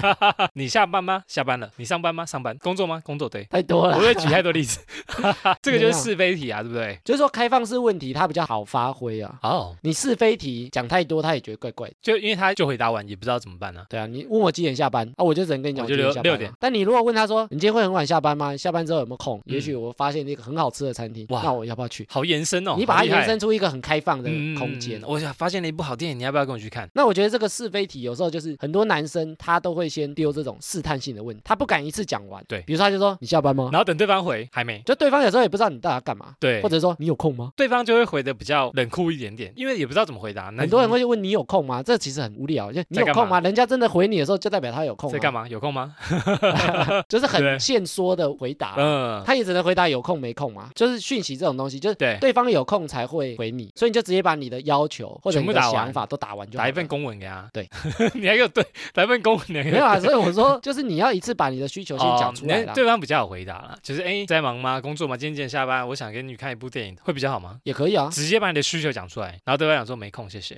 Speaker 1: 你下班吗？下班了。你上班吗？上班。工作吗？工作。 对。
Speaker 2: 太多
Speaker 1: 我
Speaker 2: 了。
Speaker 1: 会举太多例子， 这个就
Speaker 2: 没有
Speaker 1: 是是非题啊，对不对？
Speaker 2: 就是说开放式问题，它比较好发挥啊。
Speaker 1: 哦，
Speaker 2: 你是非题讲太多，他也觉得怪怪的。
Speaker 1: 就因为他就回答完也不知道怎么办呢、
Speaker 2: 对啊，你问我几点下班啊，我就只能跟你讲
Speaker 1: 我就
Speaker 2: 几点
Speaker 1: 六
Speaker 2: 下班啊
Speaker 1: 六点。
Speaker 2: 但你如果问他说你今天会很晚下班吗？下班之后有没有空？也许我发现一个很好吃的餐厅，
Speaker 1: 嗯哇
Speaker 2: 那我要不要去？
Speaker 1: 好延伸哦，
Speaker 2: 你把它
Speaker 1: 好厉害
Speaker 2: 延伸出一个很开放的
Speaker 1: 嗯
Speaker 2: 空间。哦
Speaker 1: 我想发现了一部好电影，你要不要跟我去看？
Speaker 2: 那我觉得这个是非题有时候就是很多男生他都会先丢这种试探性的问题，他不敢一次讲完。
Speaker 1: 对
Speaker 2: 比如说他就说你下班吗？
Speaker 1: 然后等对方回，还没。
Speaker 2: 就对方有时候也不知道你到底要干嘛，
Speaker 1: 对
Speaker 2: 哦或，者说你有空吗？
Speaker 1: 对方就会回的比较冷酷一点点，因为也不知道怎么回答。那
Speaker 2: 很多人会问你有空吗？这其实很无聊，就你
Speaker 1: 在
Speaker 2: 有
Speaker 1: 干
Speaker 2: 空
Speaker 1: 嘛
Speaker 2: 吗？人家真的回你的时候，就代表他有空、啊。
Speaker 1: 在干？嘛？有空吗？
Speaker 2: 就是
Speaker 1: 对
Speaker 2: 很现说的回答。
Speaker 1: 嗯，
Speaker 2: 他也只能回答有空没空嘛，就是讯息这种东西，就是
Speaker 1: 对，
Speaker 2: 对方有空才会回你，所以你就直接把你的要求或者
Speaker 1: 全
Speaker 2: 你
Speaker 1: 部
Speaker 2: 的
Speaker 1: 打完
Speaker 2: 想法都打完就好
Speaker 1: 打
Speaker 2: 了
Speaker 1: 一份公文给他。
Speaker 2: 对，
Speaker 1: 你还给我对，打一份公文给他。
Speaker 2: 没有啊，所以我说就是你要一次把你的需求先
Speaker 1: 哦
Speaker 2: 讲出来
Speaker 1: 那
Speaker 2: 啦，
Speaker 1: 对方比较好回答啦，就是哎，在忙吗？工作吗？今天几点下班？我想跟你看一部电影，会比较好吗？
Speaker 2: 也可以啊。
Speaker 1: 直接把你的需求讲出来，然后对方讲说没空，谢 谢，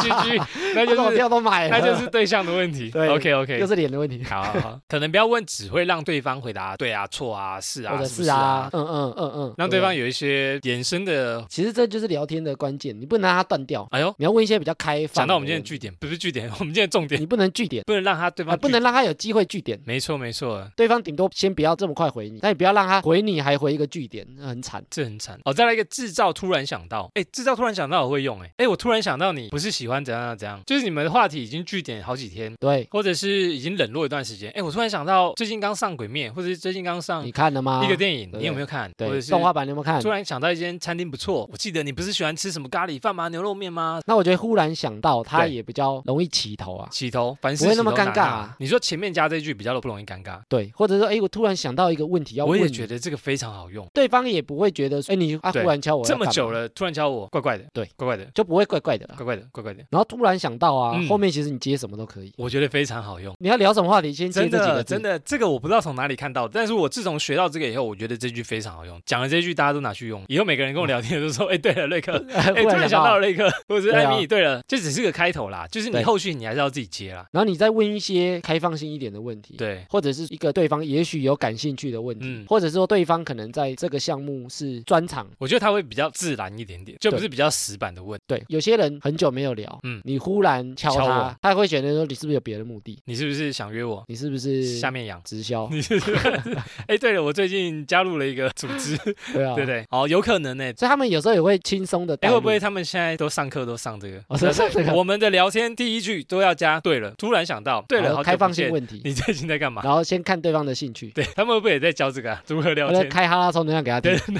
Speaker 1: 继续，那
Speaker 2: 我
Speaker 1: 就
Speaker 2: 怎么
Speaker 1: 是
Speaker 2: 票都买了，
Speaker 1: 那就是对象的问题。
Speaker 2: 哎 对
Speaker 1: OK OK，
Speaker 2: 又是脸的问题，
Speaker 1: 好好好，可能不要问，只会让对方回答对啊、错啊、是
Speaker 2: 或
Speaker 1: 啊、
Speaker 2: 者
Speaker 1: 是不
Speaker 2: 是
Speaker 1: 是
Speaker 2: 啊
Speaker 1: 啊，，
Speaker 2: 嗯嗯嗯嗯，
Speaker 1: 让对方
Speaker 2: 不。
Speaker 1: 有一些延伸的。
Speaker 2: 其实这就是聊天的关键，你不能让它断掉，
Speaker 1: 哎呦，
Speaker 2: 你要问一些比较开放。
Speaker 1: 讲到我们今天的，据点，不是据点，我 们今天的重点
Speaker 2: 你不能据点，
Speaker 1: 不能让他对
Speaker 2: 啊，
Speaker 1: 方
Speaker 2: 不
Speaker 1: 据
Speaker 2: 能让他有机会据点。
Speaker 1: 没错没错，
Speaker 2: 对方顶多先不要这么快回你，但你不要让他回你还回一个据点，那很惨。
Speaker 1: 这很惨。哦，再来一个制造突然想到，哎，制造突然想到我会用，哎，哎，我突然想到你不是喜欢怎样怎样，就是你们的话题已经据点好几天。
Speaker 2: 对，
Speaker 1: 或者是已经冷落一段时间，哎，我突然想到最近刚上《鬼灭》，或者是最近刚上
Speaker 2: 你看了吗？
Speaker 1: 嗯一个电影，
Speaker 2: 对
Speaker 1: 你有没有看？或者
Speaker 2: 对
Speaker 1: 是
Speaker 2: 动画版你有没有看
Speaker 1: 突？然想到一间餐厅不错，我记得你不是喜欢吃什么咖喱饭吗？牛肉面吗？
Speaker 2: 那我觉得忽然想到，他
Speaker 1: 对
Speaker 2: 也比较容易起头啊。
Speaker 1: 洗头，凡事
Speaker 2: 不会那么
Speaker 1: 洗头
Speaker 2: 尴尬
Speaker 1: 难
Speaker 2: 啊
Speaker 1: 你说前面加这一句比较不容易尴尬，
Speaker 2: 对，或者说，哎，我突然想到一个问题要
Speaker 1: 我
Speaker 2: 问
Speaker 1: 也
Speaker 2: 你，
Speaker 1: 觉得这个非常好用。
Speaker 2: 对方也不会觉得说，哎，你啊忽
Speaker 1: 对
Speaker 2: 然敲我要
Speaker 1: 这么
Speaker 2: 干嘛
Speaker 1: 久了，突然教我，怪怪的，
Speaker 2: 对，
Speaker 1: 怪怪的，
Speaker 2: 就不会怪怪的啦。
Speaker 1: 怪怪的，怪怪的，
Speaker 2: 然后突然想到啊，
Speaker 1: 嗯
Speaker 2: 后面其实你接什么都可以。
Speaker 1: 我觉得非常好用。
Speaker 2: 你要聊什么话题，先接
Speaker 1: 真
Speaker 2: 这几
Speaker 1: 的，
Speaker 2: 个字。
Speaker 1: 真的，这个我不知道从哪里看到的，但是我自从学到这个以后，我觉得这句非常好用。讲了这句，大家都拿去用，以后每个人 跟我聊天都说，哎，对了，瑞克，
Speaker 2: 忽
Speaker 1: 哎，突然想到
Speaker 2: 到
Speaker 1: 了瑞克，或者是
Speaker 2: 对啊
Speaker 1: 艾米，对了，这只是个开头啦，就是就是你
Speaker 2: 对
Speaker 1: 后续你还是要自己接啦。
Speaker 2: 然后你再问一些开放性一点的问题，，
Speaker 1: 对，
Speaker 2: 或者是一个对方也许有感兴趣的问题，
Speaker 1: 嗯
Speaker 2: 或者说对方可能在这个项目是专长，
Speaker 1: 我觉得它会比较自然一点点，就不是比较死板的问。
Speaker 2: 对，有些人很久没有聊，
Speaker 1: 嗯
Speaker 2: 你忽然敲
Speaker 1: 敲
Speaker 2: 他
Speaker 1: 我，
Speaker 2: 他会觉得说你是不是有别的目的，
Speaker 1: 你是不是想约我
Speaker 2: 你是不是
Speaker 1: 下面养？
Speaker 2: 直销，
Speaker 1: 你是不是？ 哎，对了，我最近加入了一个组织，
Speaker 2: 对 啊，哎
Speaker 1: 对不对？哦，有可能呢、
Speaker 2: 所以他们有时候也会轻松的，
Speaker 1: 哎，会不会？他们现在都上课都上这个？
Speaker 2: 哦都上这个
Speaker 1: 我们的聊天第一句都要加。对了，突然想到，对
Speaker 2: 然
Speaker 1: 了，
Speaker 2: 后
Speaker 1: 好
Speaker 2: 开
Speaker 1: 久
Speaker 2: 放
Speaker 1: 不
Speaker 2: 性
Speaker 1: 见，
Speaker 2: 问题，
Speaker 1: 你最近在干嘛？
Speaker 2: 然后先看对方的兴趣，
Speaker 1: 对他们会不会也在教这个、啊、如何聊
Speaker 2: 我就
Speaker 1: 天？
Speaker 2: 开哈拉充能量给他听
Speaker 1: 对，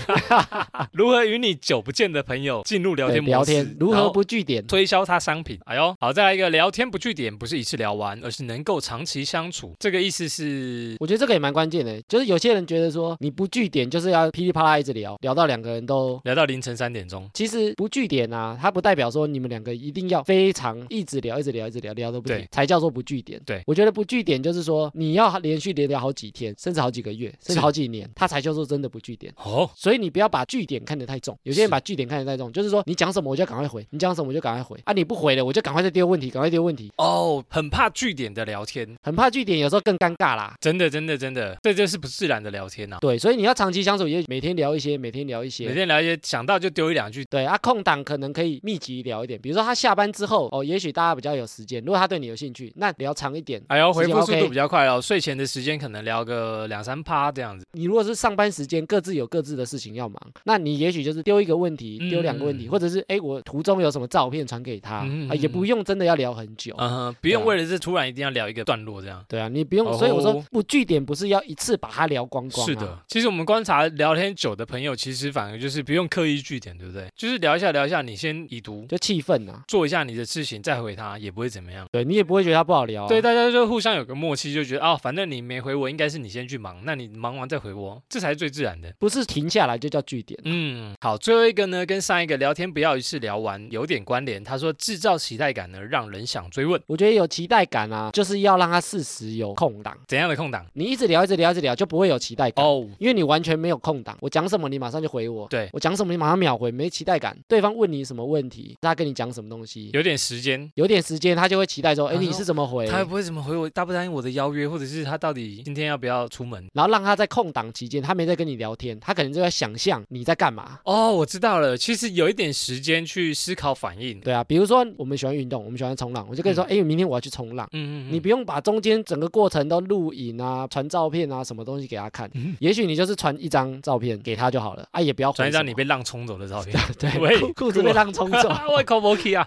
Speaker 1: 如何与你久不见的朋友进入聊
Speaker 2: 对
Speaker 1: 天模
Speaker 2: 聊
Speaker 1: 式？
Speaker 2: 天如
Speaker 1: 然
Speaker 2: 何
Speaker 1: 后
Speaker 2: 不据点？
Speaker 1: 推销他商品？哎呦，好，再来一个聊天不据点，不是一次聊完，而是能够长期相处。这个意思是，
Speaker 2: 我觉得这个也蛮关键的，就是有些人觉得说你不据点就是要噼里啪啦一直聊，聊到两个人都。
Speaker 1: 聊到凌晨三点钟。
Speaker 2: 其实不据点啊，它不代表说你们两个一定要非常一直聊、一直聊、一直聊，聊都不停
Speaker 1: 对，
Speaker 2: 才叫做不据点。
Speaker 1: 对
Speaker 2: 我觉得不据点就是说你要连续连聊好几天，甚至好几个月，甚
Speaker 1: 是
Speaker 2: 至好几年，它才叫做真的不据点。
Speaker 1: 哦，
Speaker 2: 所以你不要把据点看得太重，有些
Speaker 1: 是
Speaker 2: 人把据点看得太重，就是说你讲什么我就要赶快回，你讲什么我就赶快回啊，你不回了我就赶快再丢问题，赶快丢问题，
Speaker 1: 哦，很怕据点的聊天，
Speaker 2: 很怕据点有时候更尴尬啦。
Speaker 1: 真的，真的，真的，这就是不自然的聊天啊。
Speaker 2: 对，所以你要长期相处，也每天聊一些，每天聊一
Speaker 1: 每
Speaker 2: 些。
Speaker 1: 天聊一些，想到就丢一两句，
Speaker 2: 对啊，空档可能可以密集聊一点，比如说他下班之后哦，也许大家比较有时间，如果他对你有兴趣，那聊长一点。
Speaker 1: 哎呦，
Speaker 2: 时
Speaker 1: 回
Speaker 2: 间
Speaker 1: 复速
Speaker 2: OK
Speaker 1: 度比较快哦，睡前的时间可能聊个两三趴这样子。
Speaker 2: 你如果是上班时间，各自有各自的事情要忙，那你也许就是丢一个问题，丢两个问题，
Speaker 1: 嗯
Speaker 2: 或者是哎，我途中有什么照片传给他，
Speaker 1: 嗯
Speaker 2: 啊，也不用真的要聊很久。
Speaker 1: 嗯哼，不用
Speaker 2: 对啊
Speaker 1: 为了这突然一定要聊一个段落这样。
Speaker 2: 对啊，你不用，所以我说
Speaker 1: 哦
Speaker 2: 不据点不是要一次把它聊光光、啊。
Speaker 1: 是的，，其实我们观察聊天久的朋友，其实反而就是不用刻意据点，对不对？就是聊一下聊一下，你先已读，
Speaker 2: 就气氛啊，
Speaker 1: 做一下你的事情，再回他也不会怎么样。
Speaker 2: 对你也不会觉得他不好聊、啊。
Speaker 1: 对，大家就互相有个默契，就觉得哦，反正你没回我，应该是你先去忙，那你忙完再回我，这才是最自然的。
Speaker 2: 不是停下来就叫据点。
Speaker 1: 嗯，好，最后一个呢，跟上一个聊天不要一次聊完有点关联。他说制造期待感呢，让人想追问
Speaker 2: 我觉得有期待感啊，就是要让他适时有空档。
Speaker 1: 怎样的空档
Speaker 2: 你一直聊，一直聊，一直聊，就不会有期待感。
Speaker 1: 哦。
Speaker 2: 因为你完全没有空档，我讲什么你马上就回我，
Speaker 1: 对
Speaker 2: 我讲什么你马上秒回，没期待感。对方问你什么问题，他跟你讲什么东西，
Speaker 1: 有点时间，
Speaker 2: 有点时间他就会期待说，哎，
Speaker 1: 他说
Speaker 2: 你是怎么回？
Speaker 1: 他不会怎么回我，答不答应我的邀约，或者是他到底今天要不要出门？
Speaker 2: 然后让他在空档期间，他没在跟你聊天，他可能就在想象你在干嘛。
Speaker 1: 哦，我知道了，其实有一点时间去思考反应。
Speaker 2: 对啊，比如说我们喜欢运动，我们喜欢冲浪，我就跟你说，哎、明天我要去冲浪。
Speaker 1: 嗯嗯嗯，
Speaker 2: 你不用把中间整个过程都录影啊、传照片啊、什么东西给他看，也许你就是传一张照片给他就好了啊，也不要
Speaker 1: 嗯
Speaker 2: 回
Speaker 1: 传一张
Speaker 2: 什么
Speaker 1: 你被浪冲走的照片。
Speaker 2: 对
Speaker 1: 喂
Speaker 2: 裤裤子被浪冲走，
Speaker 1: 我 c o m o k 啊，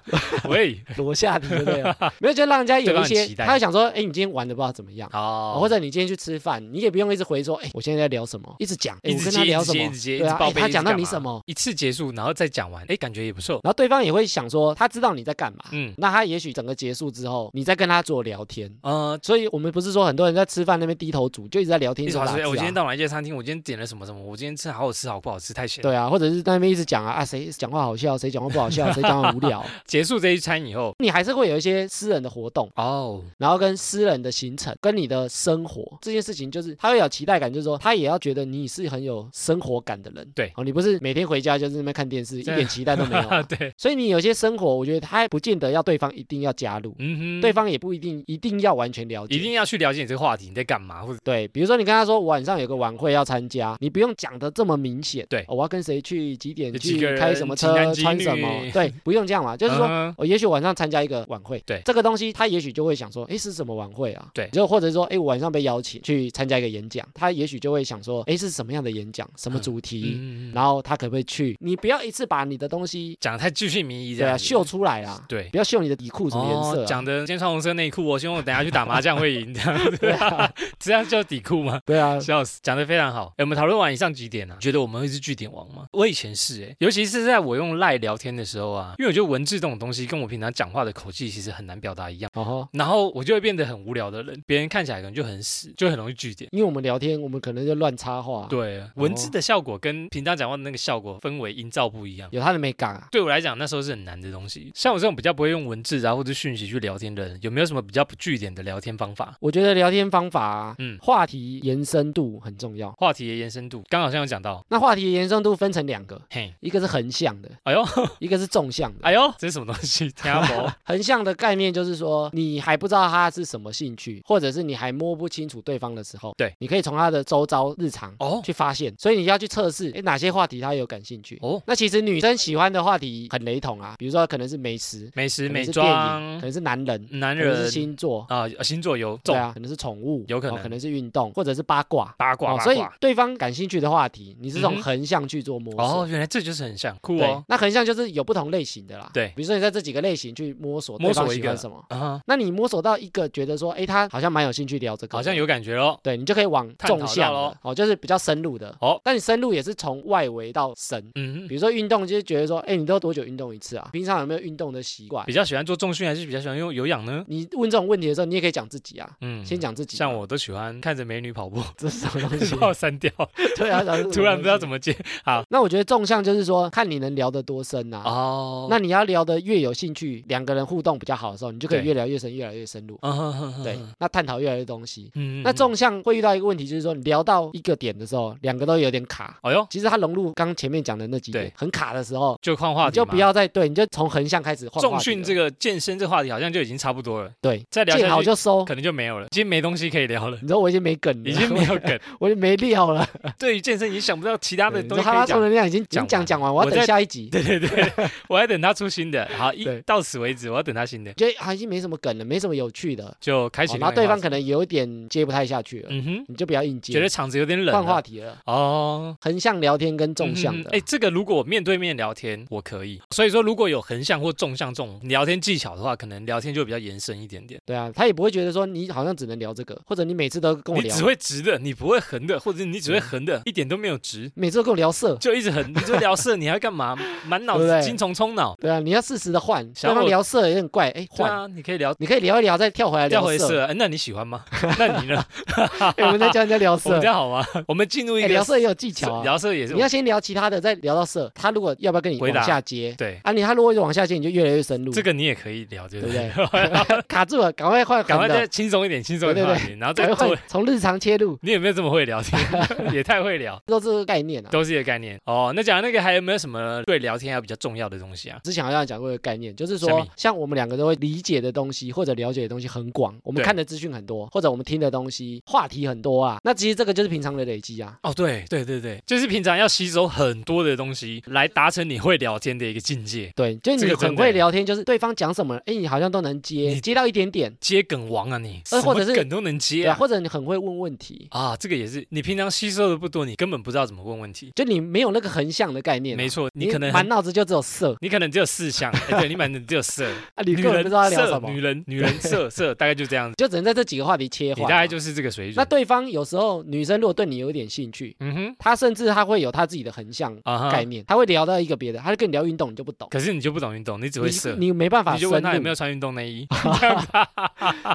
Speaker 1: 喂，
Speaker 2: 裸下体对不对？没有，就让人 家
Speaker 1: 对
Speaker 2: 有
Speaker 1: 方
Speaker 2: 一
Speaker 1: 很
Speaker 2: 些，
Speaker 1: 期待哦
Speaker 2: 他会想说，哎，你今天玩的不知道怎么样。
Speaker 1: 好，
Speaker 2: 或者你今天去吃饭，你也不用一直回说，哎、我现在在聊什么，一直讲，哎，
Speaker 1: 一
Speaker 2: 我
Speaker 1: 直
Speaker 2: 跟
Speaker 1: 接
Speaker 2: 他
Speaker 1: 一
Speaker 2: 聊
Speaker 1: 直
Speaker 2: 什
Speaker 1: 接
Speaker 2: 么
Speaker 1: 一直，接，一
Speaker 2: 对
Speaker 1: 直
Speaker 2: 啊，
Speaker 1: 报
Speaker 2: 哎
Speaker 1: 备，
Speaker 2: 他
Speaker 1: 一直
Speaker 2: 讲到
Speaker 1: 干
Speaker 2: 你
Speaker 1: 嘛
Speaker 2: 什么，啊
Speaker 1: 一次结束，然后再讲完，哎，感觉也不错。
Speaker 2: 然后对方也会想说，他知道你在干嘛，
Speaker 1: 嗯
Speaker 2: 那他也许整个结束之后，你再跟他做聊天，
Speaker 1: 呃，
Speaker 2: 所以我们不是说很多人在吃饭那边低头族，就一直在聊天，
Speaker 1: 一
Speaker 2: 一
Speaker 1: 直
Speaker 2: 直
Speaker 1: 滑
Speaker 2: 打
Speaker 1: 出
Speaker 2: 字
Speaker 1: 去，哎
Speaker 2: 啊
Speaker 1: 我今天到哪一家餐厅？我今天点了什么什么？我今天吃好好吃，好不好吃？太咸。
Speaker 2: 对啊，或者是在那边一直讲啊啊，谁讲话好笑，谁讲话不 好笑，谁讲话无聊，
Speaker 1: 结束这一餐以后，
Speaker 2: 你还是会有一些私人的活动，
Speaker 1: 哦，
Speaker 2: 然后跟私人的行程，跟你的生活这件事情，就是他会有期待感，就是说他也要觉得你是很有生活感的人，
Speaker 1: 对
Speaker 2: 哦，你不是每天回家就是在那边看电视，一
Speaker 1: 对
Speaker 2: 点期待都没有啊、
Speaker 1: 对，
Speaker 2: 所以你有些生活，我觉得他还不见得要对方一定要加入，
Speaker 1: 嗯哼，
Speaker 2: 对，方也不一定一定要完全了解，
Speaker 1: 一定要去了解你这个话题，你在干嘛，或者
Speaker 2: 对，比如说你跟他说晚上有个晚会要参加，你不用讲的这么明显。
Speaker 1: 对
Speaker 2: 哦我要跟谁去，几点
Speaker 1: 有
Speaker 2: 去
Speaker 1: 几个，人
Speaker 2: 开什么
Speaker 1: 几男
Speaker 2: 车，
Speaker 1: 几
Speaker 2: 穿什
Speaker 1: 女
Speaker 2: 么，对，不用这样嘛，就是说。
Speaker 1: 嗯哼
Speaker 2: 哦我也许晚上参加一个晚会，
Speaker 1: 对
Speaker 2: 这个东西，他也许就会想说，诶，是什么晚会啊？
Speaker 1: 对
Speaker 2: 就或者说，诶，我晚上被邀请去参加一个演讲，他也许就会想说，诶，是什么样的演讲，什么
Speaker 1: 嗯
Speaker 2: 主题，
Speaker 1: 嗯嗯嗯
Speaker 2: 然后他可不可以去？你不要一次把你的东西，
Speaker 1: 讲得太巨细靡遗这
Speaker 2: 对啊，
Speaker 1: 样子，
Speaker 2: 秀出来啦，
Speaker 1: 对
Speaker 2: 不。要秀你的底裤什么颜色、
Speaker 1: 哦
Speaker 2: 啊，
Speaker 1: 讲的今天穿红色内裤，我哦希望我等下去打麻将会赢，这样
Speaker 2: 对
Speaker 1: 子，
Speaker 2: 啊，
Speaker 1: 这样叫底裤吗？
Speaker 2: 对啊，
Speaker 1: 笑死， 讲的非常好。哎、我们讨论完以上几点啊，觉得我们会是据点王吗？我以前是哎、尤其是在我用赖聊天的时候啊，因为我觉得文字这种东西跟我平常讲话的口气其实很难表达一样，
Speaker 2: 哦吼。
Speaker 1: 然后我就会变得很无聊的人，别人看起来可能就很死，就很容易据点。
Speaker 2: 因为我们聊天，我们可能就乱插话，，
Speaker 1: 对，啊文字的效果跟平常讲话的那个效果氛围营造不一样。
Speaker 2: 有他的美感啊。
Speaker 1: 对我来讲，那时候是很难的东西。像我这种比较不会用文字啊或者讯息去聊天的人，有没有什么比较不据点的聊天方法？
Speaker 2: 我觉得聊天方法、啊，
Speaker 1: 嗯
Speaker 2: 话题延伸度很重要。
Speaker 1: 话题的延伸度，刚好像有讲到，
Speaker 2: 那话题的延伸度分成两个，
Speaker 1: 嘿，
Speaker 2: 一个是横向的，
Speaker 1: 哎呦，
Speaker 2: 一个是纵向的。，
Speaker 1: 哎呦，这是什么东西？听不懂
Speaker 2: 横向的概念就是说，你还不知道他是什么兴趣，或者是你还摸不清楚对方的时候，
Speaker 1: 对
Speaker 2: 你可以从他的周遭日常
Speaker 1: 哦
Speaker 2: 去发现，所以你要去测试，哎诶，哪些话题他有感兴趣。
Speaker 1: 哦，
Speaker 2: 那其实女生喜欢的话题很雷同啊，比如说可能是美食、
Speaker 1: 美食、
Speaker 2: 可能
Speaker 1: 美
Speaker 2: 是电影，
Speaker 1: 妆
Speaker 2: 可、能是男人，
Speaker 1: 男
Speaker 2: 可能是
Speaker 1: 人
Speaker 2: 星座，
Speaker 1: 啊、星座有
Speaker 2: 对
Speaker 1: 重、
Speaker 2: 啊，可能是宠物，
Speaker 1: 有可
Speaker 2: 哦
Speaker 1: 能
Speaker 2: 可能是运动，或者是八卦。
Speaker 1: 八卦、
Speaker 2: 哦，
Speaker 1: 八
Speaker 2: 所以
Speaker 1: 卦。
Speaker 2: 对方感兴趣的话题，你是
Speaker 1: 嗯哼
Speaker 2: 从横向去做摸索。
Speaker 1: 哦，原来这就是很像，酷
Speaker 2: 对
Speaker 1: 哦，。
Speaker 2: 那横向就是有不同类型的啦。
Speaker 1: 对
Speaker 2: 比如说你在这几个类型去摸索，
Speaker 1: 摸索
Speaker 2: 对方
Speaker 1: 一
Speaker 2: 喜
Speaker 1: 个
Speaker 2: 欢什么。
Speaker 1: 啊哈，
Speaker 2: 那你摸索到一个觉得说，哎，他好像蛮有兴趣聊这个，
Speaker 1: 好像。有感觉哦喽。
Speaker 2: 对你就可以往
Speaker 1: 探讨
Speaker 2: 纵向
Speaker 1: 到咯
Speaker 2: 了哦，就是比较深入的。
Speaker 1: 哦，
Speaker 2: 但你深入也是从外围到深。
Speaker 1: 嗯
Speaker 2: 比，如说运动，就是觉得说，哎，你都多久运动一次啊？平常有没有运动的习惯
Speaker 1: 比？较喜欢做重训还是比较喜欢用有氧呢？
Speaker 2: 你问这种问题的时候，你也可以讲自己啊，
Speaker 1: 嗯，
Speaker 2: 先讲自己嘛。
Speaker 1: 像我都喜欢看着美女跑步，
Speaker 2: 这是什么东 西
Speaker 1: 把？我删掉，
Speaker 2: 对啊，
Speaker 1: 突然不知道
Speaker 2: 么。
Speaker 1: 怎么 接。
Speaker 2: 那我觉得纵向就是说，看你能聊得多深啊。
Speaker 1: 哦，
Speaker 2: 那你要聊得越有兴趣，两个人互动比较好的时候，你就可以
Speaker 1: 对嗯
Speaker 2: 越聊越深，越来越深入。
Speaker 1: 啊那
Speaker 2: 对，那探讨越来越多东西。
Speaker 1: 嗯
Speaker 2: 那，纵向会遇到一个问题，就是说你聊到一个点的时候，两个都有点卡。
Speaker 1: 嗯哎呦，
Speaker 2: 其实它融入刚前面讲的那几点
Speaker 1: 对，
Speaker 2: 很卡的时候，
Speaker 1: 就换话
Speaker 2: 你
Speaker 1: 题，
Speaker 2: 就不。要再对，你就从横向开始换话
Speaker 1: 重
Speaker 2: 题
Speaker 1: 训
Speaker 2: 了
Speaker 1: 这个健身这话题好像就已经差不多了，
Speaker 2: 对，
Speaker 1: 再聊
Speaker 2: 见
Speaker 1: 下
Speaker 2: 好
Speaker 1: 去
Speaker 2: 就嗯收。
Speaker 1: 可能就没有了，已经没东西可以聊了，
Speaker 2: 你知道我已经没梗了，
Speaker 1: 已经没有梗。
Speaker 2: 我已经没料了。
Speaker 1: 对于健身已经想不到其他的
Speaker 2: 对你
Speaker 1: 东
Speaker 2: 说
Speaker 1: 西
Speaker 2: 哈
Speaker 1: 可
Speaker 2: 拉
Speaker 1: 以
Speaker 2: 充
Speaker 1: 讲。
Speaker 2: 能量已经已
Speaker 1: 讲
Speaker 2: 经讲
Speaker 1: 完
Speaker 2: 讲完，我要
Speaker 1: 我
Speaker 2: 等
Speaker 1: 在
Speaker 2: 下一集。
Speaker 1: 对对对， 我还等他出新的，好一
Speaker 2: 对
Speaker 1: 到此为止，我要等他新的，
Speaker 2: 觉得啊已经没什么梗了，没什么有趣的。
Speaker 1: 就开
Speaker 2: 哦
Speaker 1: 启另
Speaker 2: 然
Speaker 1: 外
Speaker 2: 后
Speaker 1: 一个
Speaker 2: 对
Speaker 1: 话
Speaker 2: 方
Speaker 1: 题
Speaker 2: 可能有点接不太下去了，
Speaker 1: 嗯哼，
Speaker 2: 你就不要硬接，
Speaker 1: 觉得场子有点冷
Speaker 2: 换话
Speaker 1: 了
Speaker 2: 题了。
Speaker 1: 哦。
Speaker 2: 横向聊天跟纵向
Speaker 1: 嗯
Speaker 2: 的，
Speaker 1: 哎、这个如果我面对面聊天，我可以。所以说，如果有横向或纵向这种聊天技巧的话，可能聊天就比较延伸一点点。
Speaker 2: 对啊，他也不会觉得说你好像只能聊这个，或者你每次都跟我
Speaker 1: 你
Speaker 2: 聊
Speaker 1: 只，会直的，你不会横的，或者你只会
Speaker 2: 嗯
Speaker 1: 横的，一点都没有直，
Speaker 2: 每次都跟我聊色，
Speaker 1: 就一直横，你就聊 色，你还干嘛？满脑
Speaker 2: 对不
Speaker 1: 子
Speaker 2: 对
Speaker 1: 精虫充脑。
Speaker 2: 对啊，你要适时的换，
Speaker 1: 想
Speaker 2: 对方
Speaker 1: 我
Speaker 2: 聊色也很怪，哎，
Speaker 1: 对
Speaker 2: 换。
Speaker 1: 啊，你可以聊
Speaker 2: 你可以聊一聊，再跳回来
Speaker 1: 调
Speaker 2: 聊
Speaker 1: 回
Speaker 2: 色。
Speaker 1: 色、哎那你喜欢吗？ 那你呢？
Speaker 2: 哎我们在教人家聊
Speaker 1: 我们
Speaker 2: 色
Speaker 1: 这，样好吗？ 我们进入一个
Speaker 2: 哎聊色也有技巧啊。
Speaker 1: 聊色也是
Speaker 2: 你要先聊其他的，再聊到色。他如果要不要跟你
Speaker 1: 回答
Speaker 2: 往下接
Speaker 1: 对。
Speaker 2: 啊？你他如果往下接，你就越来越深入，
Speaker 1: 这个你也可以聊，对
Speaker 2: 对
Speaker 1: 不
Speaker 2: 不
Speaker 1: 对？
Speaker 2: 对？ 卡住了，赶快 换
Speaker 1: 赶
Speaker 2: 横
Speaker 1: 快再
Speaker 2: 的，
Speaker 1: 轻松一点，轻松一点
Speaker 2: 对
Speaker 1: 话
Speaker 2: 对对
Speaker 1: 题，然后
Speaker 2: 赶
Speaker 1: 再
Speaker 2: 快
Speaker 1: 做
Speaker 2: 换。从日常切入，
Speaker 1: 你有没有这么会聊 天？也太会聊，
Speaker 2: 都是这个概念啊。
Speaker 1: 都是一个概念哦。那讲那个还有没有什么对聊天还有比较重要的东西啊？
Speaker 2: 之前好像讲过一个概念，就是
Speaker 1: 什
Speaker 2: 说
Speaker 1: 么，
Speaker 2: 像我们两个都会理解的东西或者了解的东西很广，我们
Speaker 1: 对
Speaker 2: 看的资讯很多，或者我们听的东西话题很多啊。那其实这个就是平常的累积啊。
Speaker 1: 哦，对对对对，就是平常要吸收很多的东西，来达成你会聊天的一个境界。
Speaker 2: 对，就是
Speaker 1: 这
Speaker 2: 你
Speaker 1: 个真
Speaker 2: 很
Speaker 1: 的
Speaker 2: 会聊天，就是对方讲什么，哎，你好像都能接，
Speaker 1: 你
Speaker 2: 接到一点点，
Speaker 1: 接梗王啊你，
Speaker 2: 呃
Speaker 1: 什
Speaker 2: 或
Speaker 1: 么
Speaker 2: 者是
Speaker 1: 梗都能接
Speaker 2: 对啊，
Speaker 1: 啊。
Speaker 2: 或者你很会问问题，
Speaker 1: 啊，这个也是，你平常吸收的不多，你根本不知道怎么问问题。
Speaker 2: 就你没有那个横向的概念啊、
Speaker 1: 没错，你可能
Speaker 2: 满脑子就只有色
Speaker 1: 你可能只有四项，哎对你满能只有色，
Speaker 2: 啊， 你
Speaker 1: 女
Speaker 2: 根本
Speaker 1: 人
Speaker 2: 不知道在聊
Speaker 1: 色
Speaker 2: 什，么，
Speaker 1: 女人女人色色，大概就这样子。
Speaker 2: 就只能在这几个话题切
Speaker 1: 你
Speaker 2: 换啊、
Speaker 1: 大概就是这个水
Speaker 2: 那
Speaker 1: 准。
Speaker 2: 对方有时候女生如果对你有一点兴趣，
Speaker 1: 嗯哼
Speaker 2: 她甚至她会有她自己的横向
Speaker 1: 啊
Speaker 2: 概
Speaker 1: 哈，
Speaker 2: 念，她会聊到一个别的，她就跟你聊运动，你就不懂。
Speaker 1: 可是你就不懂运动，你只会色。
Speaker 2: 你，你没办法
Speaker 1: 你
Speaker 2: 深
Speaker 1: 就
Speaker 2: 入，
Speaker 1: 问他有没有穿运动内衣，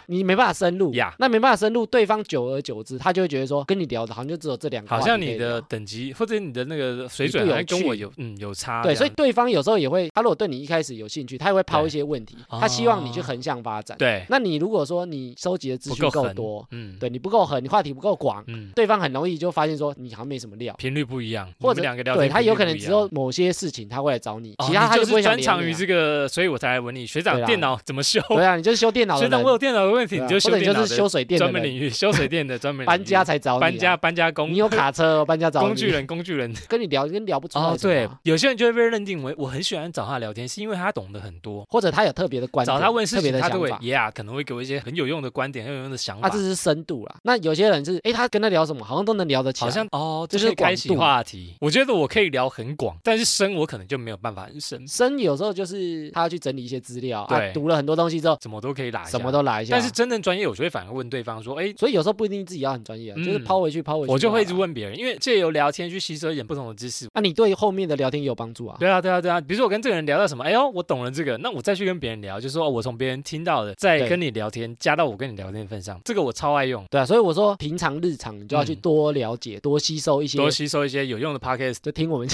Speaker 2: 你没办法深入
Speaker 1: 呀
Speaker 2: 那没办法深入，对方久而久之，他就会觉得说跟你聊的好像就只有这两个话
Speaker 1: 好
Speaker 2: 题
Speaker 1: 像
Speaker 2: 可以
Speaker 1: 你的
Speaker 2: 聊
Speaker 1: 等级或者你的那个水准
Speaker 2: 你不
Speaker 1: 好
Speaker 2: 有
Speaker 1: 像跟我
Speaker 2: 趣
Speaker 1: 有嗯有差这
Speaker 2: 对，
Speaker 1: 样子。
Speaker 2: 所以对方有时候也会，他如果对你一开始有兴趣，他也会抛一些问题，
Speaker 1: 哦
Speaker 2: 他希望你去横向发展。
Speaker 1: 对
Speaker 2: 那你如果说你收集的资
Speaker 1: 不
Speaker 2: 讯
Speaker 1: 够
Speaker 2: 够
Speaker 1: 狠
Speaker 2: 多，，
Speaker 1: 嗯，
Speaker 2: 对你不够狠，你话题不够广，
Speaker 1: 嗯，
Speaker 2: 对方很容易就发现说你好像没什么料，
Speaker 1: 频率不一样，
Speaker 2: 或
Speaker 1: 你们
Speaker 2: 者
Speaker 1: 两个聊天
Speaker 2: 对他有可能
Speaker 1: 频率
Speaker 2: 只
Speaker 1: 不一样
Speaker 2: 有某些事情他会来找你，
Speaker 1: 哦
Speaker 2: 其他
Speaker 1: 你
Speaker 2: 他
Speaker 1: 就
Speaker 2: 不会
Speaker 1: 是
Speaker 2: 想
Speaker 1: 专
Speaker 2: 理
Speaker 1: 长
Speaker 2: 你
Speaker 1: 于
Speaker 2: 啊
Speaker 1: 这个，所以我才来问你，学长
Speaker 2: 对啦啊
Speaker 1: 电脑怎么修？
Speaker 2: 对啊，你就是修电脑的
Speaker 1: 学长，
Speaker 2: 人，
Speaker 1: 我有电脑的问题，
Speaker 2: 对啊
Speaker 1: 你就
Speaker 2: 或
Speaker 1: 修
Speaker 2: 者你
Speaker 1: 电
Speaker 2: 就
Speaker 1: 脑
Speaker 2: 是修
Speaker 1: 的
Speaker 2: 水电的
Speaker 1: 专门
Speaker 2: 人，
Speaker 1: 领域，修水电的专门领域
Speaker 2: 搬家才找你啊
Speaker 1: 搬家搬家工
Speaker 2: 你有卡车哦搬家找你
Speaker 1: 工具人工具人。
Speaker 2: 跟你聊跟聊不出来
Speaker 1: 哦，
Speaker 2: 什么
Speaker 1: 对
Speaker 2: 啊，
Speaker 1: 有些人就会被认定为我很喜欢找他聊天，是因为他懂得很多，
Speaker 2: 或者他有特别的观点，
Speaker 1: 找他问事
Speaker 2: 特别
Speaker 1: 情，
Speaker 2: 的
Speaker 1: 他
Speaker 2: 想
Speaker 1: 都会
Speaker 2: 法。
Speaker 1: ，yeah，可能会给我一些很有用的观点，很有用的想
Speaker 2: 啊，
Speaker 1: 法
Speaker 2: 这。是深度啦。那有些人就是，哎，他跟他聊什么，好像都能聊得起来。
Speaker 1: 好像哦，
Speaker 2: 这
Speaker 1: 这
Speaker 2: 就是
Speaker 1: 是开启
Speaker 2: 广度
Speaker 1: 话题。我觉得我可以聊很广，但是深我可能就没有办法很深，
Speaker 2: 深有时候就是他要去整理一些资料，啊
Speaker 1: 对，
Speaker 2: 读了很多东西之后，
Speaker 1: 怎么都可以拉一下。
Speaker 2: 什么都来一下。
Speaker 1: 但是，真正专业，我就会反而问对方说，哎，
Speaker 2: 所以有时候不一定自己要很专业，啊，就是
Speaker 1: 嗯
Speaker 2: 抛回去抛回去好了。啊
Speaker 1: 我就会一直问别人，因为借由聊天去吸收一点不同的知识。
Speaker 2: 啊，你对后面的聊天也有帮助啊。
Speaker 1: 对啊，对啊，对啊。比如说我跟这个人聊到什么，哎呦，我懂了这个，那我再去跟别人聊，就说、哦我从别人听到的，再
Speaker 2: 对
Speaker 1: 跟你聊天，加到我跟你聊天的份上，这个我超爱用，
Speaker 2: 对啊，所以我说平常日常你就要去
Speaker 1: 嗯
Speaker 2: 多了解、多吸收一些，
Speaker 1: 多吸收一些有用的 podcast，
Speaker 2: 就听 我们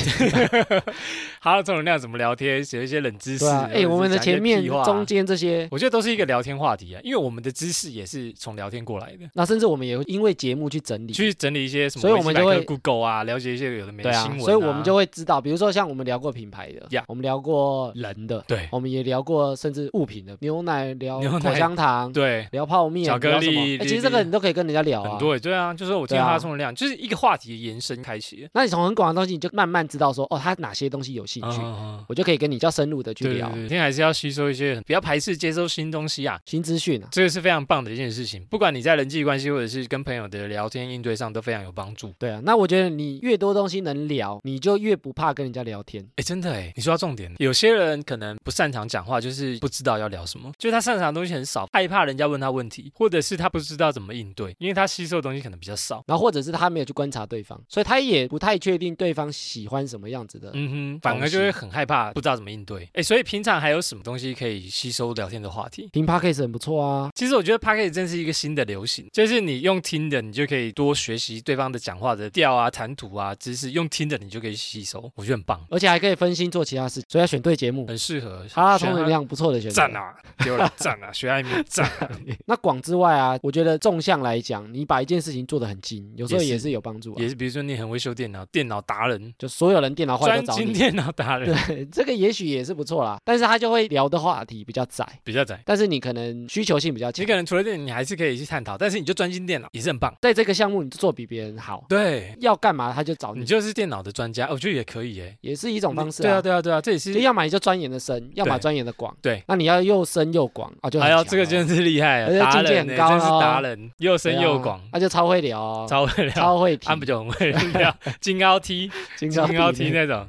Speaker 1: 还有正能量怎么聊天，学一些冷知识。
Speaker 2: 对啊，
Speaker 1: 或者
Speaker 2: 哎，
Speaker 1: 是
Speaker 2: 我们的
Speaker 1: 讲一些
Speaker 2: 前面
Speaker 1: 屁话、啊
Speaker 2: 中间这些，
Speaker 1: 我觉得都是一个聊天话题啊，因为我们的知识也是从聊天过来的，
Speaker 2: 那甚至我们也会因为节目去整理。
Speaker 1: 去整理一些什么，
Speaker 2: 所以我们就会
Speaker 1: Google 啊，了解一些有的没的
Speaker 2: 对
Speaker 1: 新
Speaker 2: 啊
Speaker 1: 闻、，
Speaker 2: 所以我们就会知道，比如说像我们聊过品牌的
Speaker 1: Yeah，
Speaker 2: 我们聊过人的，
Speaker 1: 对
Speaker 2: 我们也聊过或甚至物品的牛奶聊
Speaker 1: 牛奶
Speaker 2: 口香糖，
Speaker 1: 对。
Speaker 2: 聊泡面，
Speaker 1: 巧克
Speaker 2: 聊什么
Speaker 1: 力
Speaker 2: 哎其实这个
Speaker 1: 粒
Speaker 2: 你都可以跟人家聊啊
Speaker 1: 很。多也对啊，就是我听
Speaker 2: 对啊
Speaker 1: 他充的量，就是一个话题延伸开启。
Speaker 2: 那你从很广的东西，你就慢慢知道说，哦，他哪些东西有兴趣，
Speaker 1: 嗯，
Speaker 2: 我就可以跟你较深入的去
Speaker 1: 对对
Speaker 2: 聊
Speaker 1: 对，天还是要吸收一些，不要排斥接收新东西啊，
Speaker 2: 新资讯啊。
Speaker 1: 这个是非常棒的一件事情。不管你在人际关系或者是跟朋友的聊天应对上，都非常有帮助。
Speaker 2: 对啊，那我觉得你越多东西能聊，你就越不怕跟人家聊天。
Speaker 1: 哎，真的哎，你说到重点了，有些人可能不擅长讲话，就是不知道要聊什么，就是他擅长的东西很少，害怕人家问他问题，或者是他不知道怎么应对，因为他吸收的东西可能比较少。
Speaker 2: 然后或者是他没有去观察对方，所以他也不太确定对方喜欢什么样子的。
Speaker 1: 嗯哼，反而就会很害怕，不知道怎么应对。哎，所以平常还有什么东西可以吸收聊天的话题？
Speaker 2: 听 podcast 很不错啊，
Speaker 1: 其实我觉得 p a c k a g e 真是一个新的流行，就是你用听的，你就可以多学习对方的讲话的调啊、谈吐啊、知识，用听的你就可以吸收，我觉得很棒，
Speaker 2: 而且还可以分心做其他事，所以要选对节目。
Speaker 1: 很适合。
Speaker 2: 哈拉
Speaker 1: 呃选
Speaker 2: 充能量不错的选择。
Speaker 1: 赞啊，丢了赞啊，学艾米赞啊、
Speaker 2: 那广之外啊，我觉得纵向来讲，你把一件事情做得很精，有时候
Speaker 1: 也是
Speaker 2: 也是有帮助、啊
Speaker 1: 也。是比如说你很会修电脑，电脑达人，
Speaker 2: 就所有人电脑坏
Speaker 1: 专
Speaker 2: 啊都找
Speaker 1: 精
Speaker 2: 你，
Speaker 1: 电脑达人，
Speaker 2: 对，这个也许也是不错啦。但是他就会聊的话题比较窄，
Speaker 1: 比较窄。
Speaker 2: 但是你可能需求性比较
Speaker 1: 其
Speaker 2: 强
Speaker 1: 实，可能除了电脑，你还是可以去探讨，但是你就专精电脑也是很棒。
Speaker 2: 在这个项目你就做比别人好，
Speaker 1: 对，
Speaker 2: 要干嘛他就找
Speaker 1: 你
Speaker 2: 哦你，
Speaker 1: 就是电脑的专家，我觉得也可以耶。
Speaker 2: 也是一种方式
Speaker 1: 对啊，。对啊，对啊，这也是
Speaker 2: 就要么你就钻研的深，要么
Speaker 1: 对
Speaker 2: 钻研的广。
Speaker 1: 对，
Speaker 2: 那你要又深又广啊，就很
Speaker 1: 哎呦，
Speaker 2: 强
Speaker 1: 这个
Speaker 2: 了
Speaker 1: 真是厉害啊！
Speaker 2: 而且
Speaker 1: 达
Speaker 2: 境界
Speaker 1: 人
Speaker 2: 很
Speaker 1: 呢，
Speaker 2: 高
Speaker 1: 真是
Speaker 2: 哦
Speaker 1: 达人，又深又广
Speaker 2: 对啊，他就超会聊哦，
Speaker 1: 超会聊，
Speaker 2: 超会提
Speaker 1: 他，们就很会 聊，金高踢、
Speaker 2: 金
Speaker 1: 金高
Speaker 2: 提
Speaker 1: 踢那种。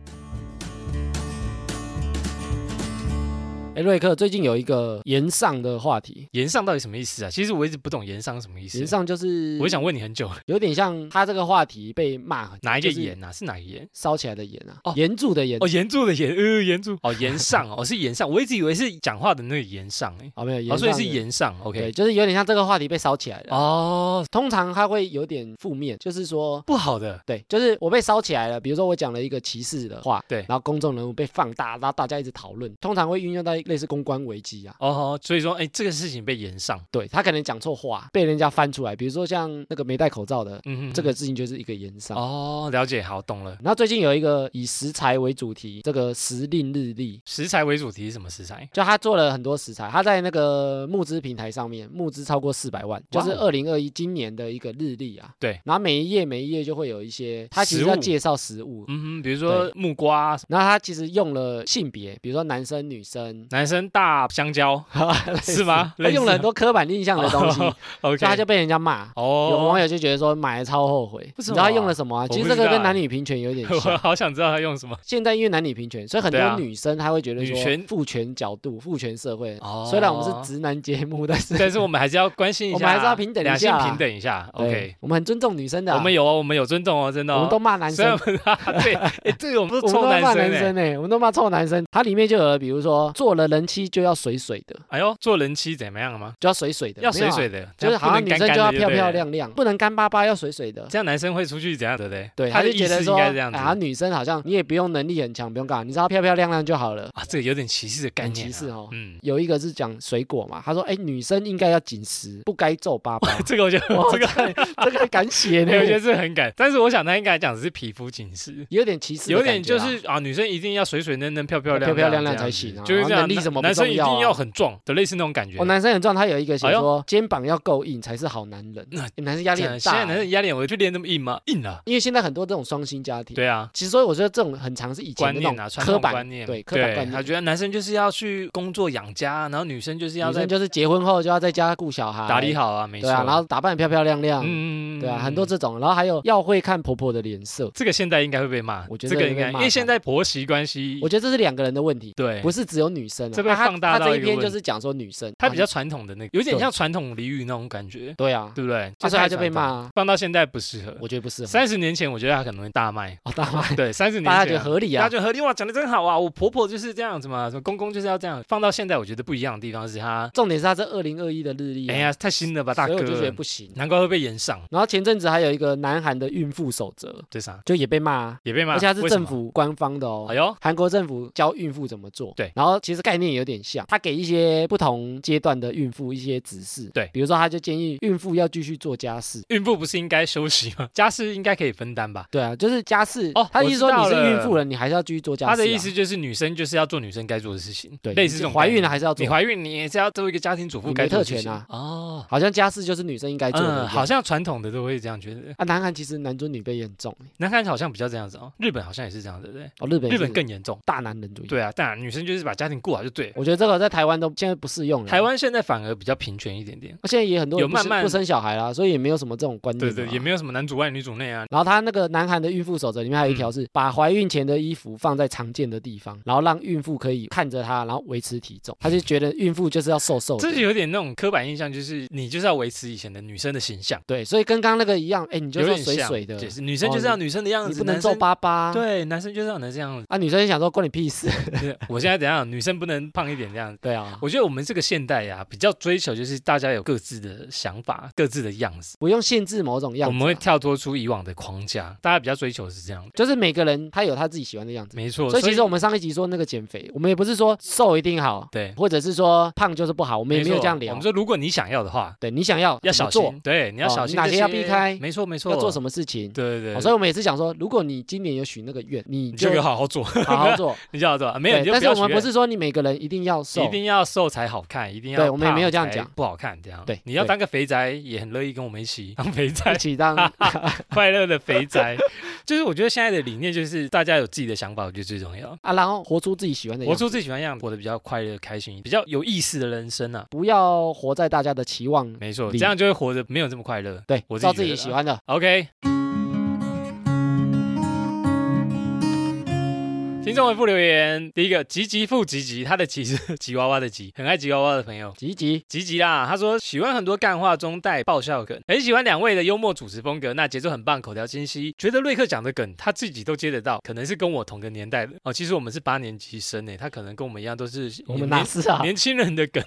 Speaker 2: 哎，瑞克，最近有一个延上的话题，
Speaker 1: 延上到底什么意思啊？其实我一直不懂延上什么意思。
Speaker 2: 延，上就是
Speaker 1: 我想问你很久，
Speaker 2: 有点像他这个话题被骂很
Speaker 1: 哪一个
Speaker 2: 就是
Speaker 1: 延啊？是哪个延？
Speaker 2: 烧起来的盐啊
Speaker 1: 哦，
Speaker 2: 盐柱的盐
Speaker 1: 哦，岩柱的岩，呃，岩柱。哦，延上哦，是延上，我一直以为是讲话的那个延上，哎，
Speaker 2: 哦没有盐
Speaker 1: 哦，
Speaker 2: 上
Speaker 1: 所以是
Speaker 2: 的
Speaker 1: 延上
Speaker 2: 对，
Speaker 1: ，OK。
Speaker 2: 就是有点像这个话题被烧起来了。
Speaker 1: 哦，
Speaker 2: 通常它会有点负面，就是说。
Speaker 1: 不好的，
Speaker 2: 对，就是我被烧起来了。比如说我讲了一个歧视的话，
Speaker 1: 对
Speaker 2: 然后公众人物被放大，然后大家一直讨论，通常会运用到类似公关危机啊。
Speaker 1: 哦哦，所以说，哎，这个事情被延上，
Speaker 2: 对他可能讲错话，被人家翻出来。比如说像那个没戴口罩的，
Speaker 1: 嗯哼，
Speaker 2: 这个事情就是一个延上。
Speaker 1: 哦，了解，好，懂了。
Speaker 2: 然后最近有一个以食材为主题，这个时令日历，
Speaker 1: 食材为主题是什么食材？
Speaker 2: 就他做了很多食材，他在那个募资平台上面募资超过四百万，就
Speaker 1: 哇哦
Speaker 2: 是二零二一今年的一个日历啊。
Speaker 1: 对，
Speaker 2: 然后每一页每一页就会有一些，他其
Speaker 1: 食
Speaker 2: 实
Speaker 1: 物
Speaker 2: 要介绍食物。
Speaker 1: 嗯哼，比如说木瓜啊，，
Speaker 2: 然后他其实用了性别，比如说男生、女生
Speaker 1: 男生大香 蕉是吗？
Speaker 2: 啊他用了很
Speaker 1: 多
Speaker 2: 多刻板印象的东西，所
Speaker 1: ，OK，
Speaker 2: 以他就被人家骂。
Speaker 1: 哦，
Speaker 2: 有网友就觉得说买了超后悔，
Speaker 1: 为
Speaker 2: 你
Speaker 1: 什
Speaker 2: 知
Speaker 1: 么啊
Speaker 2: 道他用了什么啊？
Speaker 1: 不
Speaker 2: 其实这个
Speaker 1: 知道
Speaker 2: 跟
Speaker 1: 欸
Speaker 2: 男女平权有点
Speaker 1: 我
Speaker 2: 像。
Speaker 1: 好想知道他用 什么
Speaker 2: 现在因为男女平权，所以很
Speaker 1: 对啊
Speaker 2: 多女生她会觉得
Speaker 1: 女权
Speaker 2: 说父权角度、父权社会。
Speaker 1: 哦
Speaker 2: 虽然我们是直男节目，但是
Speaker 1: 但是我们还是要关心一下，
Speaker 2: 我们还是要平等一下
Speaker 1: 两性平等一下。
Speaker 2: 对
Speaker 1: OK，
Speaker 2: 我们很尊重女生的啊、
Speaker 1: 我们有哦，我们有尊重哦，真的哦。
Speaker 2: 我们都骂男
Speaker 1: 虽然
Speaker 2: 生
Speaker 1: 我。们 对，哎，这个我们都
Speaker 2: 我
Speaker 1: 是
Speaker 2: 们
Speaker 1: 臭
Speaker 2: 都骂男
Speaker 1: 生哎。
Speaker 2: 生呢、欸我们都骂臭男生。它里面就有，比如说做了人妻就要水水的，
Speaker 1: 哎呦，做人妻怎么样吗？
Speaker 2: 就要水水的，
Speaker 1: 要
Speaker 2: 没有
Speaker 1: 水
Speaker 2: 啊
Speaker 1: 水，的，
Speaker 2: 就是好像女
Speaker 1: 这样不能干干
Speaker 2: 生就要
Speaker 1: 的
Speaker 2: 漂漂。
Speaker 1: 对
Speaker 2: 亮亮，不能干巴巴，要水水的
Speaker 1: 不对。这样男生会出去怎样的对？
Speaker 2: 对，
Speaker 1: 他
Speaker 2: 他
Speaker 1: 的
Speaker 2: 就
Speaker 1: 意
Speaker 2: 觉得
Speaker 1: 思应
Speaker 2: 说，
Speaker 1: 该这样子
Speaker 2: 啊，女生好像你也不用能力很强，不用干嘛，你只要漂漂亮亮就 好了。
Speaker 1: 啊，这个有点歧视的概
Speaker 2: 很
Speaker 1: 念啊。
Speaker 2: 歧视哦
Speaker 1: 嗯，
Speaker 2: 有一个是讲水果嘛，他说，哎，女生应该要紧实，不该皱巴巴。
Speaker 1: 这个我觉得
Speaker 2: 哇
Speaker 1: 这个
Speaker 2: 这个敢 写呢
Speaker 1: 哎，我觉得这很感，但是我想他应该讲的是皮肤紧实。
Speaker 2: 有点歧视的
Speaker 1: 有
Speaker 2: 感觉啊，
Speaker 1: 点就是啊，女生一定要水水嫩嫩、漂漂亮
Speaker 2: 漂漂
Speaker 1: 亮
Speaker 2: 亮亮
Speaker 1: 这样子
Speaker 2: 才行啊
Speaker 1: 就是这样。
Speaker 2: 能力什么不
Speaker 1: 男生一
Speaker 2: 重要啊哦
Speaker 1: 定要很壮的，类似那种感觉
Speaker 2: 我。男生很壮，他有一个写
Speaker 1: 哎呦
Speaker 2: 说、肩膀要够硬才是好男人，
Speaker 1: 那
Speaker 2: 欸男生压力
Speaker 1: 真
Speaker 2: 很
Speaker 1: 的
Speaker 2: 大
Speaker 1: 现在
Speaker 2: 欸、
Speaker 1: 男生压力，我去练那么硬吗？硬啊！
Speaker 2: 因为现在很多这种双薪家庭，
Speaker 1: 对啊，
Speaker 2: 其实所以我觉得这种很常是以前
Speaker 1: 观
Speaker 2: 的那
Speaker 1: 念啊，
Speaker 2: 种
Speaker 1: 传
Speaker 2: 刻
Speaker 1: 统
Speaker 2: 板
Speaker 1: 观念，
Speaker 2: 对刻板观
Speaker 1: 他
Speaker 2: 念，
Speaker 1: 觉得男生就是要去工作养家，然后女生就是要
Speaker 2: 女
Speaker 1: 在
Speaker 2: 生就是结婚后就要在家顾小孩，
Speaker 1: 打理，好啊，没错。
Speaker 2: 对啊，然后打扮得漂漂亮亮，
Speaker 1: 嗯
Speaker 2: 对啊，很多这种，然后还有要会看婆婆的脸色，
Speaker 1: 这个现在应该会被骂，
Speaker 2: 我觉
Speaker 1: 这
Speaker 2: 得
Speaker 1: 个应
Speaker 2: 会
Speaker 1: 该
Speaker 2: 被
Speaker 1: 因
Speaker 2: 骂
Speaker 1: 为现在婆媳关系
Speaker 2: 我，觉得这是两个人的问题，
Speaker 1: 对，
Speaker 2: 不是只有女生、啊，
Speaker 1: 这被
Speaker 2: 那他
Speaker 1: 放大
Speaker 2: 他
Speaker 1: 到
Speaker 2: 这
Speaker 1: 一
Speaker 2: 一
Speaker 1: 个
Speaker 2: 篇就
Speaker 1: 问
Speaker 2: 是讲说女生，
Speaker 1: 他
Speaker 2: 啊
Speaker 1: 比较传统的那个，有点
Speaker 2: 对
Speaker 1: 像传统俚语那种感觉，
Speaker 2: 对啊，
Speaker 1: 对不对？
Speaker 2: 啊所以
Speaker 1: 太
Speaker 2: 他就被
Speaker 1: 传统
Speaker 2: 骂、啊，
Speaker 1: 放到现在不适合。
Speaker 2: 我觉得不适合，
Speaker 1: 三十年前我觉得他可能会大 卖，
Speaker 2: 哦， 大妈，
Speaker 1: 对，三十年前
Speaker 2: 大
Speaker 1: 啊
Speaker 2: 家觉得合理
Speaker 1: 大家
Speaker 2: 啊，
Speaker 1: 觉得合理哇，讲的真好啊！我婆婆就是这样子嘛，什么公公就是要这样。放到现在，我觉得不一样的地方是他，
Speaker 2: 重点是他这二零二一的日历、啊，
Speaker 1: 哎呀，太新了吧，大
Speaker 2: 所以我就觉得
Speaker 1: 哥，
Speaker 2: 不行。
Speaker 1: 难怪会被延上，
Speaker 2: 然后前阵子还有一个南韩的孕妇守则，
Speaker 1: 对啥？
Speaker 2: 就也被骂、啊，
Speaker 1: 也被骂，
Speaker 2: 而且它是
Speaker 1: 为什
Speaker 2: 政
Speaker 1: 么。
Speaker 2: 府官方的哦
Speaker 1: 哎。呦，
Speaker 2: 韩国政府教孕妇怎么做，
Speaker 1: 对
Speaker 2: 然后其实概概念有点像，他给一些不同阶段的孕妇一些指示。
Speaker 1: 对
Speaker 2: 比如说他就建议孕妇要继续做家事。
Speaker 1: 孕妇不是应该休息吗？家事应该可以分担吧？
Speaker 2: 对啊，就是家事。
Speaker 1: 哦
Speaker 2: 他的意思说
Speaker 1: 我知道
Speaker 2: 你是
Speaker 1: 了
Speaker 2: 孕妇了，你还是要继续做家事、啊
Speaker 1: 他的意，思就是女生就是要做女生该做的事情，
Speaker 2: 对，
Speaker 1: 类似这种
Speaker 2: 怀孕
Speaker 1: 概
Speaker 2: 了
Speaker 1: 念，
Speaker 2: 还是要做
Speaker 1: 你。怀孕你也是要做一个家庭主妇
Speaker 2: 你
Speaker 1: 该
Speaker 2: 没
Speaker 1: 做的
Speaker 2: 特
Speaker 1: 事
Speaker 2: 权
Speaker 1: 情
Speaker 2: 啊。
Speaker 1: 哦，
Speaker 2: 好像家事就是女生应该做的一
Speaker 1: 嗯，
Speaker 2: 样。
Speaker 1: 好像传统的都会这样觉得，
Speaker 2: 啊，南韩其实男尊女卑严重欸
Speaker 1: 南韩好像比较这样子哦，日本好像也是这样，对不对？
Speaker 2: 哦，日本也
Speaker 1: 日本
Speaker 2: 是
Speaker 1: 更严重。
Speaker 2: 大男人主义。，
Speaker 1: 对啊，当然女生就是把家庭顾好就对了。
Speaker 2: 我觉得这个在台湾都现在不适用了。
Speaker 1: 台湾现在反而比较平权一点点，
Speaker 2: 现在也很多人
Speaker 1: 有
Speaker 2: 不生
Speaker 1: 慢慢
Speaker 2: 不生小孩啦，所以也没有什么这种观念
Speaker 1: 对
Speaker 2: 了啊。
Speaker 1: 对，也没有什么男主外女主内啊，
Speaker 2: 然后他那个南韩的孕妇守则里面还有一条
Speaker 1: 嗯
Speaker 2: 是把怀孕前的衣服放在常见的地方，然后让孕妇可以看着它，然后维持体重。他就觉得孕妇就是要瘦瘦
Speaker 1: 这
Speaker 2: 的
Speaker 1: 就。有点那种刻板印象，就是你就是要维持以前的女生的形象，
Speaker 2: 对，所以跟刚刚那个一样，哎，你就
Speaker 1: 有
Speaker 2: 是要
Speaker 1: 点
Speaker 2: 水
Speaker 1: 像，
Speaker 2: 水的，哦
Speaker 1: 就是女生就是要女生的样
Speaker 2: 你
Speaker 1: 子，
Speaker 2: 不能
Speaker 1: 男
Speaker 2: 皱
Speaker 1: 生
Speaker 2: 巴啊巴。
Speaker 1: 对，男生就是要能这样子。
Speaker 2: 啊，女生想说关你 屁事。
Speaker 1: 就是我现在怎样，女生不能胖一点这样子。
Speaker 2: 对啊，
Speaker 1: 我觉得我们这个现代呀、比较追求就是大家有各自的想法、各自的样子，
Speaker 2: 不用限制某种样
Speaker 1: 我
Speaker 2: 子啊，
Speaker 1: 们会跳脱出以往的框架，大家比较追求是这样的。
Speaker 2: 就是每个人他有他自己喜欢的样子。
Speaker 1: 没错，
Speaker 2: 所以其实我们上一集说那个减肥，我们也不是说瘦一定好，
Speaker 1: 对，
Speaker 2: 或者是说胖就是不好，我们也没有
Speaker 1: 错
Speaker 2: 这样
Speaker 1: 我
Speaker 2: 聊
Speaker 1: 们。说，如果你想要的话，
Speaker 2: 对你想要
Speaker 1: 要
Speaker 2: 怎
Speaker 1: 小
Speaker 2: 么做
Speaker 1: 心，，对，你要
Speaker 2: 哦
Speaker 1: 小
Speaker 2: 你
Speaker 1: 心、
Speaker 2: 哪些要避开
Speaker 1: 没错没错，
Speaker 2: 要做什
Speaker 1: 么？
Speaker 2: 么事情。
Speaker 1: 对对对，
Speaker 2: 哦所以我们也是想说，如果你今年有许那个愿，你
Speaker 1: 你
Speaker 2: 就
Speaker 1: 就给我好好做，
Speaker 2: 好好做。
Speaker 1: 你就要做，啊没有
Speaker 2: 对
Speaker 1: 你，就
Speaker 2: 但是
Speaker 1: 要
Speaker 2: 我们
Speaker 1: 许
Speaker 2: 不
Speaker 1: 愿
Speaker 2: 是说你每个人一定要瘦
Speaker 1: 一，定要瘦才好看，一定要
Speaker 2: 对我们也没有
Speaker 1: 胖
Speaker 2: 这样
Speaker 1: 才
Speaker 2: 讲
Speaker 1: 不好看这样。
Speaker 2: 对
Speaker 1: 你要
Speaker 2: 对
Speaker 1: 当个肥宅也很乐意跟我们一起当肥
Speaker 2: 一
Speaker 1: 宅，
Speaker 2: 起当
Speaker 1: 快乐的肥宅。就是我觉得现在的理念就是大家有自己的想法，我觉得最重要。
Speaker 2: 啊，然后活出自己喜欢的
Speaker 1: 活
Speaker 2: 样子，
Speaker 1: 出自己喜欢的样子，活得比较快乐、开心，比较有意思的人生啊。
Speaker 2: 不要活在大家的 期望。
Speaker 1: 没错，
Speaker 2: 理
Speaker 1: 这样就会活得没有这么快乐。
Speaker 2: 对
Speaker 1: 我，自己
Speaker 2: 照
Speaker 1: 觉
Speaker 2: 自己
Speaker 1: 得
Speaker 2: 喜欢的。
Speaker 1: OK。听众回复留言，第一个吉吉复吉吉，他的吉是吉娃娃的吉，很爱吉娃娃的朋友，
Speaker 2: 吉吉，
Speaker 1: 吉吉啦，他说喜欢很多干话中带爆笑梗，很喜欢两位的幽默主持风格，那节奏很棒，口条清晰，觉得瑞克讲的梗他自己都接得到，可能是跟我同个年代的哦。其实我们是八年级生诶，他可能跟我们一样都是
Speaker 2: 我们哪
Speaker 1: 年
Speaker 2: 是啊？
Speaker 1: 年轻人的梗。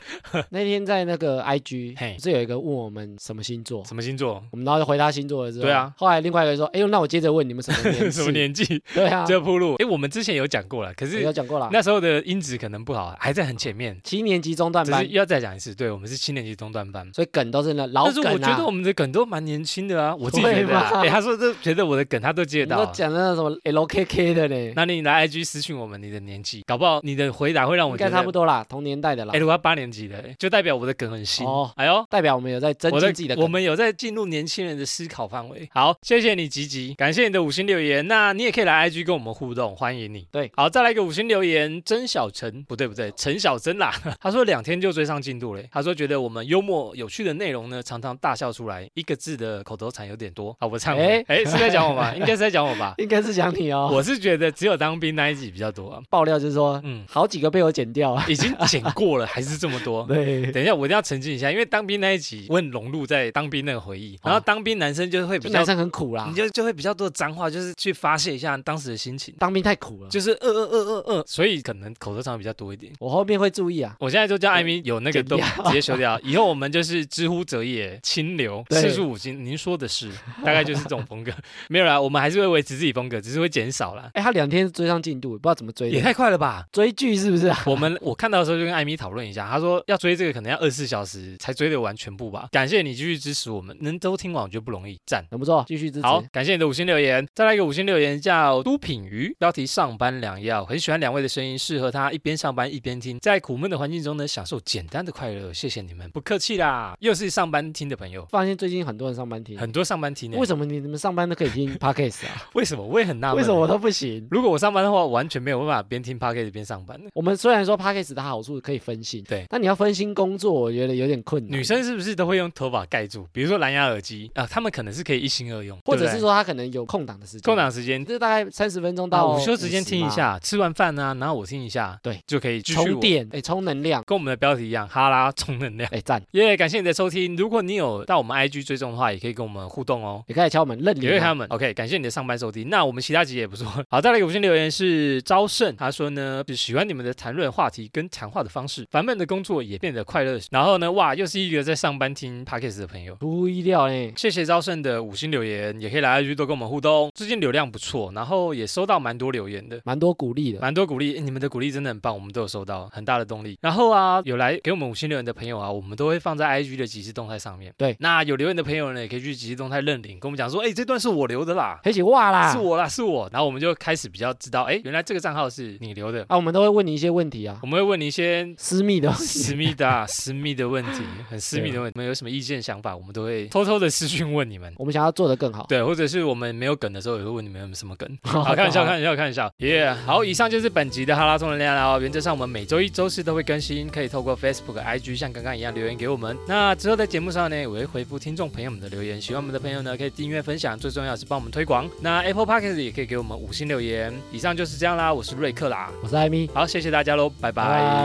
Speaker 2: 那天在那个
Speaker 1: 嘿
Speaker 2: IG 不是有一个问我们什么星座，
Speaker 1: 什么星 座？
Speaker 2: 我们然后就回答星座了之后，
Speaker 1: 对啊，
Speaker 2: 后来另外一个说，哎呦，那我接着问你们什么年
Speaker 1: 什么
Speaker 2: 次？
Speaker 1: 年纪？
Speaker 2: 对啊，
Speaker 1: 这铺路诶，我们之前有讲过了，可是
Speaker 2: 有哦讲啊过啦，
Speaker 1: 那时候的音质可能不好，还在很前面，
Speaker 2: 七年级中段
Speaker 1: 只
Speaker 2: 班
Speaker 1: 是，要再讲一次。对我们是七年级中段班，
Speaker 2: 所以梗都是那老
Speaker 1: 但
Speaker 2: 梗
Speaker 1: 是
Speaker 2: 啊。
Speaker 1: 我觉得我们的梗都蛮年轻的啊，我自己觉
Speaker 2: 对
Speaker 1: 得、啊。
Speaker 2: 吗
Speaker 1: 哎、他说这觉得我的梗他都接
Speaker 2: 我们
Speaker 1: 得到啊、
Speaker 2: 都讲的那什么 LKK 的呢，
Speaker 1: 那你来 IG 私讯我们你的年纪，搞不好你的回答会让
Speaker 2: 应
Speaker 1: 我觉
Speaker 2: 该
Speaker 1: 得
Speaker 2: 差不多啦，同年代的啦
Speaker 1: 哎、。如果他八年级的，就代表我的梗很新。
Speaker 2: 哦
Speaker 1: 哎呦。
Speaker 2: 代表我们有在增
Speaker 1: 我
Speaker 2: 进自己的梗
Speaker 1: 我们有在进入年轻人的思考范围。好，谢谢你，吉吉，感谢你的五星留言。那你也可以来 IG 跟我们互动，欢迎你。
Speaker 2: 对，。
Speaker 1: 好，再来一个五星留言，曾小陈，不对不对，陈小曾啦。 他说两天就追上进度嘞。他说觉得我们幽默有趣的内容呢，常常大笑出来，一个字的口头禅有点多啊。我忏悔，哎、是在讲我吗？应该是在讲我吧
Speaker 2: 应该是讲你哦。
Speaker 1: 我是觉得只有当兵那一集比较多啊。
Speaker 2: 爆料就是说，
Speaker 1: 嗯，
Speaker 2: 好几个被我剪掉啊。
Speaker 1: 已经剪过了，还是这么多。
Speaker 2: 对，
Speaker 1: 等一下，我一定要澄清一下，因为当兵那一集，我很融入在当兵那个回忆。然后当兵男生啊就会比
Speaker 2: 就
Speaker 1: 较
Speaker 2: 男，生很苦啦
Speaker 1: 你，就就会比较多的脏话，就是去发泄一下当时的心情，
Speaker 2: 当兵太苦了。
Speaker 1: 就是呃呃呃呃呃，啊所以可能口头禅比较多一点。
Speaker 2: 我后面会注意啊。
Speaker 1: 我现在就叫艾米有 那个
Speaker 2: 剪
Speaker 1: 都直接修掉，以后我们就是知乎者也，清流
Speaker 2: 对
Speaker 1: 四书五经，您说的是，大概就是这种 风格。没有啦，我们还是会维持自己风格，只是会减少啦。
Speaker 2: 哎，他两天追上进度，不知道怎么追
Speaker 1: 也
Speaker 2: 的。
Speaker 1: 太快了吧！
Speaker 2: 追剧是不 是啊？
Speaker 1: 我们我看到的时候就跟艾米讨论一下，他说要追这个可能要二十四小时才追得完全部吧。感谢你继续支持我们，能都听完我觉得不容易，赞。
Speaker 2: 很不错，继续支持。
Speaker 1: 好，感谢你的五星留言。再来一个五星留言，叫都品鱼，标题上班良药，很喜欢两位的声音，适合他一边上班一边听，在苦闷的环境中呢，享受简单的快乐。谢谢你们，不客气啦。 又是上班听的朋友，
Speaker 2: 发现最近很多人上班听，
Speaker 1: 很多上班听的，
Speaker 2: 为什么你们上班都可 以听 podcast 啊？
Speaker 1: 为什么？ 我也很纳闷，
Speaker 2: 为什么我？都不行？
Speaker 1: 如果我上班的话，我完全没有办法边听 podcast 边上班的。
Speaker 2: 我们虽然说 podcast 的好处可以分心，
Speaker 1: 对
Speaker 2: 但你要分心工作，我觉得有点困难。
Speaker 1: 女生是不是都会用头发盖住？比如说蓝牙耳机啊，她们可能是可以一心二用，
Speaker 2: 或
Speaker 1: 对
Speaker 2: 者
Speaker 1: 不
Speaker 2: 是
Speaker 1: 对
Speaker 2: 说他可能有空档的时间，
Speaker 1: 空档时间。
Speaker 2: 这大概三十分钟
Speaker 1: 到
Speaker 2: 到
Speaker 1: 午休时间
Speaker 2: 50
Speaker 1: 听一
Speaker 2: 嘛，
Speaker 1: 下，吃完饭啊，然后我听一下，
Speaker 2: 对，
Speaker 1: 就可以继续
Speaker 2: 充
Speaker 1: 我，
Speaker 2: 电，哎，充能量，
Speaker 1: 跟我们的标题一样，哈拉充能量。
Speaker 2: 哎，赞。
Speaker 1: 耶、感谢你的收听。如果你有到我们 IG 追踪的话，也可以跟我们互动哦。
Speaker 2: 也可以敲门认
Speaker 1: 也会
Speaker 2: 领
Speaker 1: 他
Speaker 2: 啊。
Speaker 1: 们 OK，感谢你的上班收听。那我们其他集也不错。好，再来一个五星留言是招胜，他说呢，就喜欢你们的谈论话题跟谈话的方式，烦闷的工作也变得快乐。然后呢，哇，又是一个在上班听 Podcast 的朋友。
Speaker 2: 出乎意料呢，
Speaker 1: 谢谢招胜的五星留言，也可以来 IG 多跟我们互动。最近流量不错，然后也收到蛮多留言的。
Speaker 2: 蛮蛮多鼓励的。
Speaker 1: 蛮多鼓励，诶你们的鼓励真的很棒，我们都有收到很大的动力。然后啊，有来给我们五星留言的朋友啊，我们都会放在 IG 的即时动态上面。
Speaker 2: 对
Speaker 1: 那有留言的朋友呢，也可以去即时动态认领，跟我们讲说，哎，这段是我留的啦，
Speaker 2: 黑起哇啦，
Speaker 1: 是我啦，是我。然后我们就开始比较知道，哎，原来这个账号是你留的。
Speaker 2: 啊，我们都会问你一些问题啊，
Speaker 1: 我们会问你一些
Speaker 2: 私密的
Speaker 1: 私密的啊、私密的问题，很私密的问题，你们有什么意见想法，我们都会偷偷的私讯问你们。
Speaker 2: 我们想要做得更好。
Speaker 1: 对，或者是我们没有梗的时候，也会问你们有什么梗。好，开玩笑，开玩笑，开玩笑。耶、好，以上就是本集的哈拉充能量啦。哦原则上我们每周一、周四都会更新，可以透过 Facebook、IG 像刚刚一样留言给我们。那之后在节目上呢，我会回复听众朋友们的留言。喜欢我们的朋友呢，可以订阅、分享，最重要是帮我们推广。那 Apple Podcast 也可以给我们五星留言。以上就是这样啦，我是瑞克啦。
Speaker 2: 我是艾米，
Speaker 1: 好，谢谢大家喽，拜拜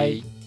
Speaker 2: 拜